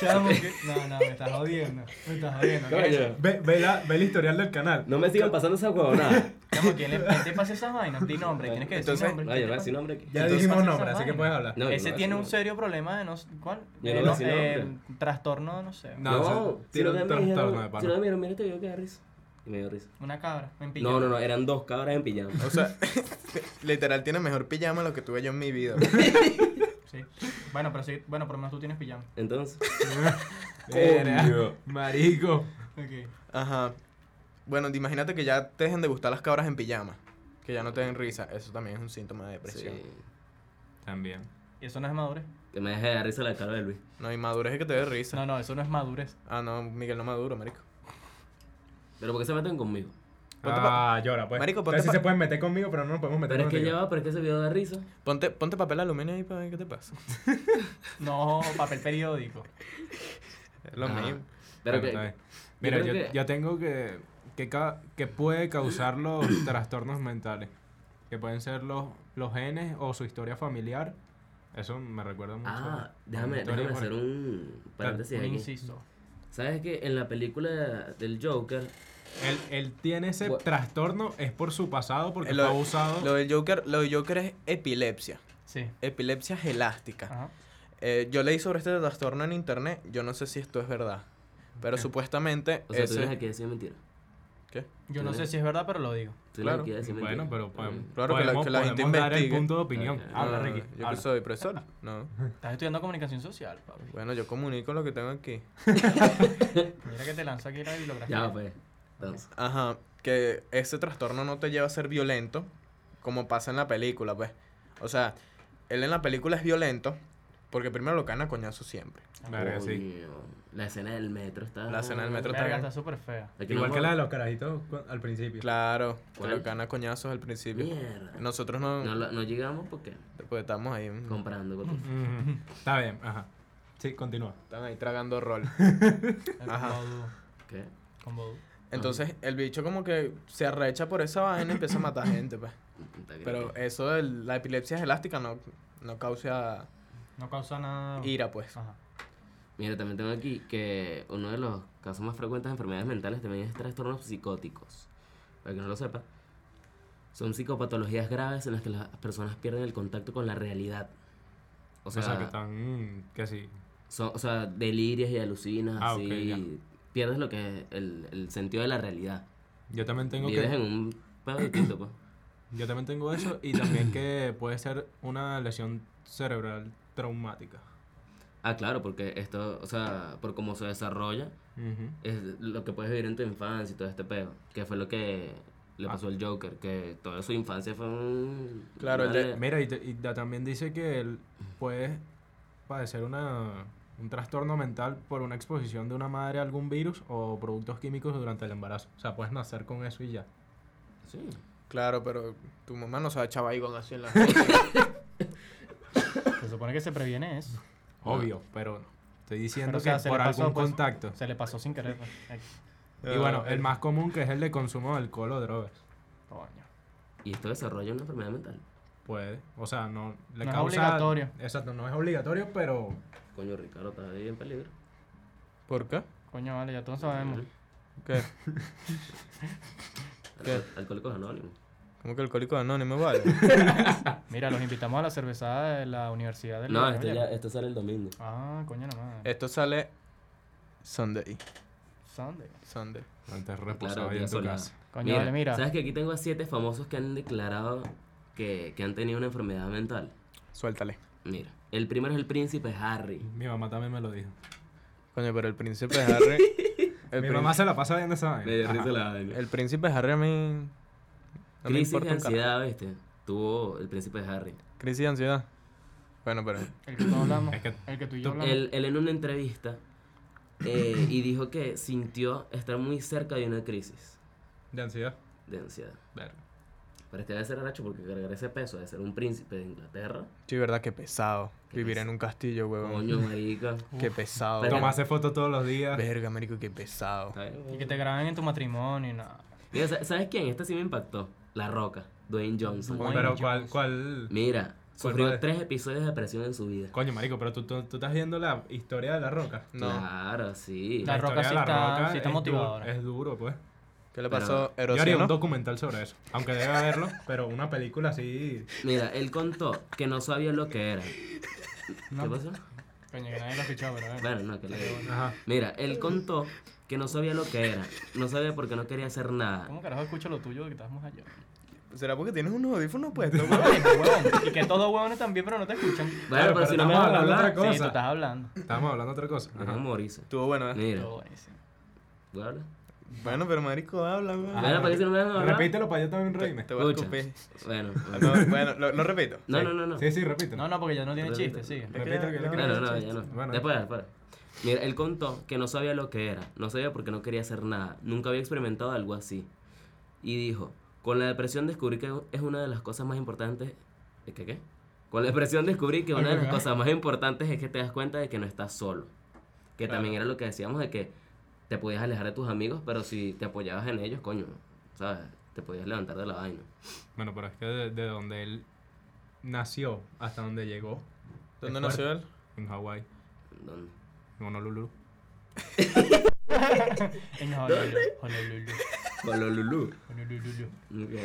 [SPEAKER 1] Chamo, que- no, no, me estás jodiendo. Me estás jodiendo. ¿qué es eso?
[SPEAKER 3] coño.
[SPEAKER 6] Ve, ve la- ve el historial del canal.
[SPEAKER 3] No me sigan pasando esa huevonada.
[SPEAKER 1] Chamo, ¿quién, le, ¿quién te pasa esas vainas? Di nombre, tienes que decir
[SPEAKER 4] Entonces,
[SPEAKER 1] nombre.
[SPEAKER 3] Vaya, no voy a decir nombre aquí.
[SPEAKER 6] Ya
[SPEAKER 1] Entonces,
[SPEAKER 6] dijimos
[SPEAKER 1] pasa esa
[SPEAKER 6] nombre, así que
[SPEAKER 1] vaina.
[SPEAKER 6] puedes hablar.
[SPEAKER 3] No, yo no voy a
[SPEAKER 1] Ese
[SPEAKER 3] decir
[SPEAKER 1] tiene un
[SPEAKER 3] nombre.
[SPEAKER 1] serio problema de no sé- ¿Cuál?
[SPEAKER 3] Yo no
[SPEAKER 1] Eh,
[SPEAKER 3] voy a
[SPEAKER 1] no,
[SPEAKER 3] decir
[SPEAKER 1] eh,
[SPEAKER 3] nombre.
[SPEAKER 1] trastorno, de no sé.
[SPEAKER 5] No,
[SPEAKER 3] No,
[SPEAKER 5] o sea,
[SPEAKER 3] si
[SPEAKER 5] tiene
[SPEAKER 3] no
[SPEAKER 5] un
[SPEAKER 3] me
[SPEAKER 5] trastorno de
[SPEAKER 3] dijeron,
[SPEAKER 5] pana.
[SPEAKER 3] si no me dijeron, mira este video que da risa. Y me dio risa.
[SPEAKER 1] Una cabra, en pijama.
[SPEAKER 3] No, eh. no, no, eran dos cabras en pijama.
[SPEAKER 4] O sea, literal tiene mejor pijama lo que tuve yo en mi vida.
[SPEAKER 1] Sí. Bueno, pero sí, bueno, por lo menos tú tienes pijama.
[SPEAKER 3] Entonces,
[SPEAKER 5] Era, marico.
[SPEAKER 1] Ok.
[SPEAKER 4] Ajá. Bueno, te- imagínate que ya te dejen de gustar las cabras en pijama. Que ya no te den risa. Eso también es un síntoma
[SPEAKER 3] sí,
[SPEAKER 4] de depresión.
[SPEAKER 5] También.
[SPEAKER 1] ¿Y eso no es madurez?
[SPEAKER 3] que me deje de dar risa la cara de Luis.
[SPEAKER 4] No, inmadurez es que te dé risa.
[SPEAKER 1] No, no, eso no es madurez.
[SPEAKER 4] Ah, no, Miguel no maduro, marico.
[SPEAKER 3] Pero ¿por qué se meten conmigo?
[SPEAKER 4] Ponte pa-
[SPEAKER 6] Ah, llora, pues.
[SPEAKER 4] Marico, ponte
[SPEAKER 6] Ustedes sí
[SPEAKER 4] pa-
[SPEAKER 6] se pueden meter conmigo, pero no nos podemos meter
[SPEAKER 3] Pero es que ya
[SPEAKER 6] contigo.
[SPEAKER 3] va, pero es que ese video da risa.
[SPEAKER 4] Ponte, ponte papel aluminio ahí para ver qué te pasa.
[SPEAKER 1] No, papel periódico.
[SPEAKER 4] Es lo
[SPEAKER 3] Ajá.
[SPEAKER 4] mismo.
[SPEAKER 3] Pero
[SPEAKER 5] Bueno, Ah,
[SPEAKER 3] que,
[SPEAKER 5] está bien. Mira,
[SPEAKER 3] creo
[SPEAKER 5] yo,
[SPEAKER 3] que-
[SPEAKER 5] yo tengo que, que, ca- que puede causar los trastornos mentales, que pueden ser los, los genes o su historia familiar. Eso me recuerda mucho.
[SPEAKER 3] Ah,
[SPEAKER 5] a mi
[SPEAKER 3] déjame,
[SPEAKER 5] historia
[SPEAKER 3] déjame
[SPEAKER 5] con-
[SPEAKER 3] hacer un paréntesis
[SPEAKER 1] Un
[SPEAKER 3] aquí.
[SPEAKER 1] inciso.
[SPEAKER 3] ¿Sabes que en la película del Joker,
[SPEAKER 5] Él, él tiene ese
[SPEAKER 3] Bu-
[SPEAKER 5] trastorno, es por su pasado, porque
[SPEAKER 4] Eh,
[SPEAKER 5] fue
[SPEAKER 4] lo-
[SPEAKER 5] abusado.
[SPEAKER 4] Lo del Joker, lo del Joker es epilepsia.
[SPEAKER 1] Sí.
[SPEAKER 4] Epilepsia gelástica.
[SPEAKER 1] Ajá.
[SPEAKER 4] Eh, yo leí sobre este trastorno en internet. Yo no sé si esto es verdad. Pero supuestamente.
[SPEAKER 3] o sea, tú
[SPEAKER 4] ese-
[SPEAKER 3] vienes aquí a decir mentira.
[SPEAKER 4] ¿Qué?
[SPEAKER 1] Yo no sé si es verdad, pero lo digo.
[SPEAKER 3] Tú
[SPEAKER 4] Claro.
[SPEAKER 3] vienes aquí a decir mentira.
[SPEAKER 5] bueno, pero podemos,
[SPEAKER 4] Claro que la-
[SPEAKER 5] podemos-
[SPEAKER 4] que la gente
[SPEAKER 5] podemos dar el
[SPEAKER 4] investigue.
[SPEAKER 5] punto de opinión.
[SPEAKER 3] Ok.
[SPEAKER 5] Habla,
[SPEAKER 4] No,
[SPEAKER 5] Ricky.
[SPEAKER 4] Ah, Yo
[SPEAKER 5] habla.
[SPEAKER 4] que soy profesor. No.
[SPEAKER 1] Estás estudiando comunicación social, papi.
[SPEAKER 4] Bueno, yo comunico lo que tengo aquí.
[SPEAKER 1] Mira que te lanzo aquí la bibliografía.
[SPEAKER 3] Ya, pues. Entonces,
[SPEAKER 4] Ajá, que ese trastorno no te lleva a ser violento, como pasa en la película, pues. O sea, él en la película es violento, porque primero lo caen a coñazo siempre.
[SPEAKER 5] Verga, sí.
[SPEAKER 3] coño, La escena del metro está.
[SPEAKER 4] La escena del metro
[SPEAKER 1] Verga,
[SPEAKER 4] también.
[SPEAKER 1] está súper fea.
[SPEAKER 3] Aquí
[SPEAKER 6] Igual
[SPEAKER 3] no-
[SPEAKER 6] que la de los carajitos cu- al principio.
[SPEAKER 4] Claro, que
[SPEAKER 3] ¿Cuál?
[SPEAKER 4] lo caen a coñazos al principio.
[SPEAKER 3] Mierda.
[SPEAKER 4] Nosotros no,
[SPEAKER 3] No, la- no llegamos porque
[SPEAKER 4] pues estamos ahí, mm,
[SPEAKER 3] comprando. porque-
[SPEAKER 5] Ujú. Está bien, ajá. Sí, continúa.
[SPEAKER 4] están ahí tragando rol. Ajá.
[SPEAKER 3] ¿Qué?
[SPEAKER 1] Con Bodu.
[SPEAKER 4] Entonces, el bicho como que se arrecha por esa vaina y empieza a matar gente, pues.
[SPEAKER 3] Puta que-
[SPEAKER 4] Pero eso, de la epilepsia elástica no, no causa
[SPEAKER 1] No causa nada.
[SPEAKER 4] ira, pues.
[SPEAKER 1] Ajá.
[SPEAKER 3] Mira, también tengo aquí que uno de los casos más frecuentes de enfermedades mentales también es trastornos psicóticos. Para que no lo sepa, son psicopatologías graves en las que las personas pierden el contacto con la realidad. O
[SPEAKER 5] O sea,
[SPEAKER 3] sea,
[SPEAKER 5] que están. mm, que sí.
[SPEAKER 3] son- o sea delirias y alucinas,
[SPEAKER 5] Ah,
[SPEAKER 3] así.
[SPEAKER 5] ok, ya.
[SPEAKER 3] pierdes lo que es el, el sentido de la realidad.
[SPEAKER 5] Yo también tengo
[SPEAKER 3] Vives
[SPEAKER 5] que.
[SPEAKER 3] en un pedo distinto, pues.
[SPEAKER 5] Yo también tengo eso y también que puede ser una lesión cerebral traumática.
[SPEAKER 3] Ah, claro, porque esto, o sea, por cómo se desarrolla, es lo que puedes vivir en tu infancia y todo este pedo. Que fue lo que le
[SPEAKER 5] Ah.
[SPEAKER 3] pasó al Joker, que toda su infancia fue un.
[SPEAKER 4] Claro, el
[SPEAKER 3] una
[SPEAKER 4] de-
[SPEAKER 3] le-
[SPEAKER 5] Eh, Mira, y, te- y da- también dice que él puede padecer una, un trastorno mental por una exposición de una madre a algún virus o productos químicos durante el embarazo. O sea, puedes nacer con eso y ya.
[SPEAKER 3] Sí.
[SPEAKER 4] Claro, pero tu mamá no sabe chabaigón así en la...
[SPEAKER 1] Se supone que se previene eso.
[SPEAKER 3] Ah.
[SPEAKER 5] Obvio, pero estoy diciendo
[SPEAKER 1] Pero, o sea,
[SPEAKER 5] que
[SPEAKER 1] se le
[SPEAKER 5] por
[SPEAKER 1] pasó,
[SPEAKER 5] algún
[SPEAKER 1] pues.
[SPEAKER 5] contacto.
[SPEAKER 1] Se le pasó sin querer. pues. Ay,
[SPEAKER 5] Y
[SPEAKER 3] Eh,
[SPEAKER 5] bueno, el más común que es el de consumo de alcohol o drogas.
[SPEAKER 1] coño.
[SPEAKER 3] Y esto desarrolla una enfermedad mental.
[SPEAKER 5] Puede. O sea, no le
[SPEAKER 1] No es
[SPEAKER 5] causa-
[SPEAKER 1] obligatorio.
[SPEAKER 5] Exacto, no es obligatorio, pero
[SPEAKER 3] Coño, Ricardo, estás ahí en peligro.
[SPEAKER 4] ¿Por qué?
[SPEAKER 1] Coño, vale, ya todos sabemos.
[SPEAKER 4] ¿Qué? ¿Qué?
[SPEAKER 3] Alco- Alcohólicos Anónimos.
[SPEAKER 4] ¿Cómo que alcohólico anónimo, vale?
[SPEAKER 1] Mira, los invitamos a la cervezada de la Universidad del
[SPEAKER 3] No,
[SPEAKER 1] Norte,
[SPEAKER 3] esto,
[SPEAKER 1] oye.
[SPEAKER 3] ya, esto sale el domingo.
[SPEAKER 1] Ah, coño, no más.
[SPEAKER 4] Esto sale Sunday.
[SPEAKER 1] Sunday.
[SPEAKER 4] Sunday.
[SPEAKER 5] antes reposado
[SPEAKER 3] Claro,
[SPEAKER 5] ahí en
[SPEAKER 3] día
[SPEAKER 5] tu
[SPEAKER 3] soleado.
[SPEAKER 5] casa.
[SPEAKER 1] Coño, vale, mira.
[SPEAKER 3] ¿Sabes que aquí tengo a siete famosos que han declarado que, que han tenido una enfermedad mental?
[SPEAKER 4] Suéltale.
[SPEAKER 3] Mira, el primero es el príncipe Harry.
[SPEAKER 5] Mi mamá también me lo dijo.
[SPEAKER 4] Coño, pero el príncipe Harry. El,
[SPEAKER 5] Mi
[SPEAKER 4] prín-
[SPEAKER 5] mamá se la pasa viendo esa
[SPEAKER 3] Me dio
[SPEAKER 5] vaina.
[SPEAKER 3] risa
[SPEAKER 5] Ajá.
[SPEAKER 3] la vaina.
[SPEAKER 4] el príncipe Harry a mí. No me
[SPEAKER 3] Crisis de
[SPEAKER 4] importa un carajo.
[SPEAKER 3] ansiedad, ¿viste? Tuvo el príncipe Harry.
[SPEAKER 4] Crisis de ansiedad. Bueno, pero.
[SPEAKER 1] El que todos hablamos.
[SPEAKER 5] Es que
[SPEAKER 1] el que tú y yo
[SPEAKER 5] tú-
[SPEAKER 1] hablamos.
[SPEAKER 3] Él, él en una entrevista eh, y dijo que sintió estar muy cerca de una crisis
[SPEAKER 5] De ansiedad.
[SPEAKER 3] de ansiedad.
[SPEAKER 5] Verga.
[SPEAKER 3] Pero es que debe ser aracho porque cargar ese peso de ser un príncipe de Inglaterra.
[SPEAKER 4] Sí, verdad, que pesado.
[SPEAKER 3] Qué
[SPEAKER 4] Vivir
[SPEAKER 3] pes-
[SPEAKER 4] en un castillo, huevón.
[SPEAKER 3] Coño, marica.
[SPEAKER 4] Qué pesado.
[SPEAKER 3] Pero-
[SPEAKER 5] Tomarse fotos todos los días.
[SPEAKER 4] Verga, marico, qué pesado.
[SPEAKER 3] Está bien,
[SPEAKER 1] Y que te graben en tu matrimonio y nada.
[SPEAKER 3] Mira, sa- ¿Sabes quién? Esta sí me impactó. La Roca, Dwayne Johnson.
[SPEAKER 1] Dwayne
[SPEAKER 5] Pero
[SPEAKER 1] Johnson.
[SPEAKER 5] ¿cuál, cuál?
[SPEAKER 3] Mira, sufrió
[SPEAKER 5] Correcto.
[SPEAKER 3] tres episodios de depresión en su vida.
[SPEAKER 5] Coño, marico, pero tú, tú, tú estás viendo la historia de La Roca.
[SPEAKER 4] No.
[SPEAKER 3] Claro, sí.
[SPEAKER 1] La Roca
[SPEAKER 5] historia de
[SPEAKER 1] sí está- sí
[SPEAKER 5] es
[SPEAKER 1] está
[SPEAKER 5] du-
[SPEAKER 1] motivadora.
[SPEAKER 5] es duro, pues.
[SPEAKER 4] ¿Qué le
[SPEAKER 3] Pero-
[SPEAKER 4] pasó a
[SPEAKER 5] Yo haría un
[SPEAKER 4] Erosino?
[SPEAKER 5] documental sobre eso. Aunque debe haberlo, pero una película así.
[SPEAKER 3] Mira, él contó que no sabía lo que era. ¿Qué pasó?
[SPEAKER 1] Coño, que nadie lo ha escuchado, pero bueno.
[SPEAKER 3] Bueno, no, que le
[SPEAKER 5] Ajá.
[SPEAKER 3] Mira, él contó que no sabía lo que era. No sabía porque no quería hacer nada.
[SPEAKER 1] ¿Cómo carajo escucho lo tuyo que estamos allá?
[SPEAKER 4] ¿Será porque tienes unos audífonos puestos? güey?
[SPEAKER 1] Ay,
[SPEAKER 4] ¿eh?
[SPEAKER 1] huevón. Y que todos huevones también, pero no te escuchan.
[SPEAKER 3] Bueno, pero
[SPEAKER 5] pero
[SPEAKER 3] si no me van
[SPEAKER 5] estamos
[SPEAKER 3] a
[SPEAKER 5] hablando de
[SPEAKER 3] hablar,
[SPEAKER 5] otra cosa.
[SPEAKER 1] Sí, tú estás hablando.
[SPEAKER 5] Estábamos hablando de otra cosa. Ah.
[SPEAKER 3] me
[SPEAKER 5] Ajá.
[SPEAKER 3] van a morirse.
[SPEAKER 4] Estuvo bueno, ¿eh?
[SPEAKER 3] Mira,
[SPEAKER 1] Todo buenísimo.
[SPEAKER 3] ¿tú hablas?
[SPEAKER 4] Bueno, pero marico, habla, güey.
[SPEAKER 3] Bueno, ¿para qué si no me van a hablar?
[SPEAKER 5] Repítelo para yo también reírme.
[SPEAKER 4] Te voy a
[SPEAKER 3] Escucha.
[SPEAKER 4] escupir. Ah,
[SPEAKER 3] Bueno, bueno.
[SPEAKER 4] No, bueno, lo, lo repito.
[SPEAKER 3] no, no, no, no.
[SPEAKER 5] Sí, sí, repítelo.
[SPEAKER 1] No, no, porque ya no tiene chiste, sigue.
[SPEAKER 5] Repítelo que yo quiero
[SPEAKER 3] Bueno, no,
[SPEAKER 5] decir.
[SPEAKER 3] ya no.
[SPEAKER 5] Bueno.
[SPEAKER 3] Después, después. Mira, él contó que no sabía lo que era, no sabía porque no quería hacer nada, nunca había experimentado algo así. Y dijo, con la depresión descubrí que es una de las cosas más importantes... ¿Es que qué? Con la depresión descubrí que una de las cosas más importantes es que te das cuenta de que no estás solo. Que también era lo que decíamos de que te podías alejar de tus amigos, pero si te apoyabas en ellos, coño, ¿sabes? Te podías levantar de la vaina.
[SPEAKER 5] Bueno, pero es que de, de donde él nació hasta donde llegó,
[SPEAKER 4] ¿Dónde
[SPEAKER 5] Es
[SPEAKER 4] nació él?
[SPEAKER 5] en Hawái,
[SPEAKER 3] ¿Dónde?
[SPEAKER 5] en Honolulu.
[SPEAKER 1] En Honolulu. Honolulu.
[SPEAKER 3] Con lo Lulú.
[SPEAKER 1] Honolulu.
[SPEAKER 3] Ok.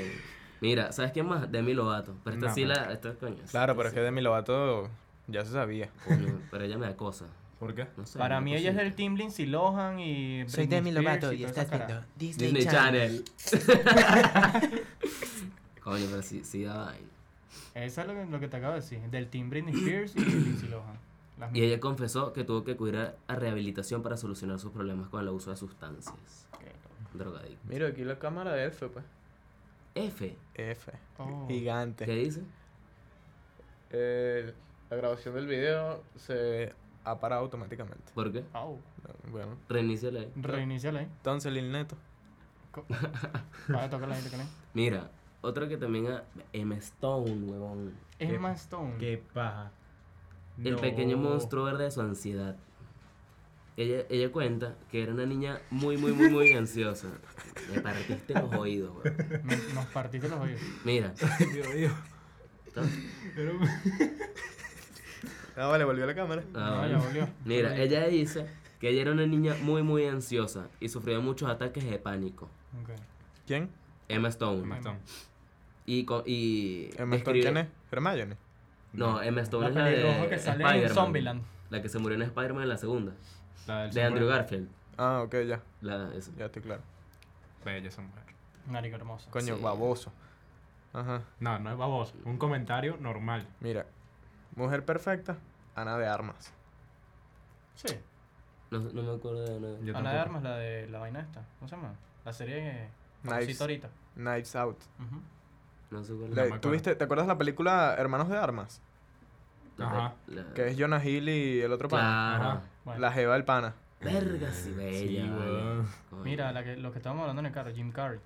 [SPEAKER 3] Mira, ¿sabes quién más? Demi Lovato. Pero esta
[SPEAKER 5] No,
[SPEAKER 3] sí
[SPEAKER 5] pero-
[SPEAKER 3] la. Esta, coño, sí,
[SPEAKER 4] Claro, pero es
[SPEAKER 3] sí,
[SPEAKER 4] que Demi Lovato ya se sabía.
[SPEAKER 3] coño, pero ella me da cosa.
[SPEAKER 5] ¿Por qué?
[SPEAKER 3] No sé,
[SPEAKER 1] Para
[SPEAKER 3] me da
[SPEAKER 1] mí ella es
[SPEAKER 3] cosita.
[SPEAKER 1] del Team Lindsay Lohan y. Britney Spears todas esas carajas.
[SPEAKER 3] Disney, Channel. coño, pero sí, sí da vaina.
[SPEAKER 1] Eso es lo que, lo que te acabo de decir. Del Team Britney Spears y Lindsay Lohan. Las
[SPEAKER 3] Y
[SPEAKER 1] mismas.
[SPEAKER 3] ella confesó que tuvo que acudir a, a rehabilitación para solucionar sus problemas con el abuso de sustancias. Drogadicto.
[SPEAKER 4] Mira, aquí la cámara de F, pues.
[SPEAKER 3] F,
[SPEAKER 4] F.
[SPEAKER 1] Oh.
[SPEAKER 4] Gigante.
[SPEAKER 3] ¿qué dice?
[SPEAKER 4] Eh, la grabación del video se ha parado automáticamente.
[SPEAKER 3] ¿Por qué?
[SPEAKER 1] Au.
[SPEAKER 4] Bueno.
[SPEAKER 3] Reiníciala ahí.
[SPEAKER 1] Reiníciala ahí.
[SPEAKER 4] Entonces, Lil Neto.
[SPEAKER 1] Vale, tócala ahí, tócala ahí.
[SPEAKER 3] Mira, otro que también. ha- M. Stone, huevón.
[SPEAKER 1] Emma Stone.
[SPEAKER 6] Qué paja.
[SPEAKER 3] El
[SPEAKER 6] No.
[SPEAKER 3] pequeño monstruo verde de su ansiedad. Ella, ella cuenta que era una niña muy, muy, muy, muy ansiosa. Me partiste los oídos, güey.
[SPEAKER 1] Me- nos partiste los oídos.
[SPEAKER 3] Mira.
[SPEAKER 5] Dios mío.
[SPEAKER 4] Ah, vale, volvió la cámara.
[SPEAKER 1] No,
[SPEAKER 3] ah,
[SPEAKER 1] ya volvió.
[SPEAKER 3] mira, ella dice que ella era una niña muy, muy ansiosa y sufrió muchos ataques de pánico.
[SPEAKER 1] Ok.
[SPEAKER 4] ¿Quién?
[SPEAKER 3] Emma Stone.
[SPEAKER 5] Stone.
[SPEAKER 3] Y, co- y
[SPEAKER 4] Emma Stone,
[SPEAKER 3] describe-
[SPEAKER 4] ¿Quién es? Hermione.
[SPEAKER 3] No, Emma
[SPEAKER 1] La
[SPEAKER 3] Stone es la
[SPEAKER 1] pelirroja
[SPEAKER 3] de
[SPEAKER 1] que sale en
[SPEAKER 3] Spider-Man,
[SPEAKER 1] Zombieland.
[SPEAKER 3] La que se murió en Spider-Man en la segunda.
[SPEAKER 5] La del
[SPEAKER 3] De Andrew
[SPEAKER 5] sombrero.
[SPEAKER 3] Garfield.
[SPEAKER 4] Ah, ok, ya.
[SPEAKER 3] La, esa.
[SPEAKER 4] Ya estoy claro.
[SPEAKER 5] Bella esa mujer.
[SPEAKER 1] Marico hermoso.
[SPEAKER 4] Coño,
[SPEAKER 3] Sí.
[SPEAKER 4] baboso. Ajá.
[SPEAKER 5] No, no es baboso. Un comentario normal.
[SPEAKER 4] Mira. Mujer perfecta, Ana de Armas.
[SPEAKER 1] Sí.
[SPEAKER 3] No, no me acuerdo de nada.
[SPEAKER 5] Yo
[SPEAKER 1] Ana de
[SPEAKER 5] tampoco.
[SPEAKER 1] Armas, la de la vaina esta. ¿Cómo se llama? La serie que.
[SPEAKER 4] Knives,
[SPEAKER 1] famosita ahorita.
[SPEAKER 4] Knives Out.
[SPEAKER 1] Ujú.
[SPEAKER 3] No sé cuál
[SPEAKER 4] La-
[SPEAKER 5] me
[SPEAKER 3] es.
[SPEAKER 5] acuerdo.
[SPEAKER 4] ¿tuviste- ¿Te acuerdas de la película Hermanos de Armas?
[SPEAKER 5] Ajá.
[SPEAKER 3] La-
[SPEAKER 4] Que es Jonah Hill y el otro pana.
[SPEAKER 3] Claro.
[SPEAKER 5] Ajá.
[SPEAKER 1] Bueno.
[SPEAKER 4] La jeva del pana.
[SPEAKER 3] Verga, sí,
[SPEAKER 5] Sí,
[SPEAKER 3] bella. vale.
[SPEAKER 5] weón.
[SPEAKER 3] Coño.
[SPEAKER 1] Mira, la que, lo que estábamos hablando en el carro, Jim Carrey.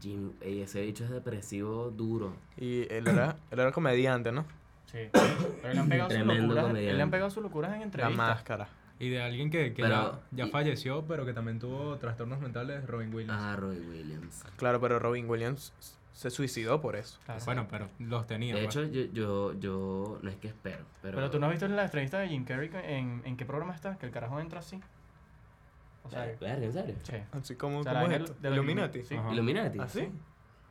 [SPEAKER 3] Jim, ey, ese bicho es depresivo duro.
[SPEAKER 4] Y él era, él era comediante, ¿no?
[SPEAKER 1] Sí. Pero le han pegado sus
[SPEAKER 3] Tremendo
[SPEAKER 1] locuras.
[SPEAKER 3] comediante.
[SPEAKER 1] Le han pegado sus locuras en
[SPEAKER 4] La
[SPEAKER 1] entrevistas.
[SPEAKER 4] máscara.
[SPEAKER 5] Y de alguien que, que
[SPEAKER 3] Pero-
[SPEAKER 5] ya, ya
[SPEAKER 3] y-
[SPEAKER 5] falleció, pero
[SPEAKER 6] Pero que también tuvo trastornos mentales, Robin Williams.
[SPEAKER 3] Ah, Roy Williams.
[SPEAKER 4] Claro, pero Robin Williams se suicidó por eso.
[SPEAKER 1] Claro.
[SPEAKER 5] bueno, pero los tenía.
[SPEAKER 3] De
[SPEAKER 5] pues.
[SPEAKER 3] hecho, yo, yo, yo no es que espero, pero.
[SPEAKER 1] Pero tú no has visto la entrevista de Jim Carrey que- en, en qué programa está, que el carajo entra así. O sea,
[SPEAKER 3] Ver- Verga, ¿en serio?
[SPEAKER 1] sí.
[SPEAKER 4] Así como,
[SPEAKER 1] O sea, la
[SPEAKER 4] ¿cómo es
[SPEAKER 1] vaina
[SPEAKER 4] esto?
[SPEAKER 1] de los
[SPEAKER 4] Illuminati.
[SPEAKER 1] Sí.
[SPEAKER 5] Ajá.
[SPEAKER 3] Illuminati.
[SPEAKER 4] ¿Ah, sí?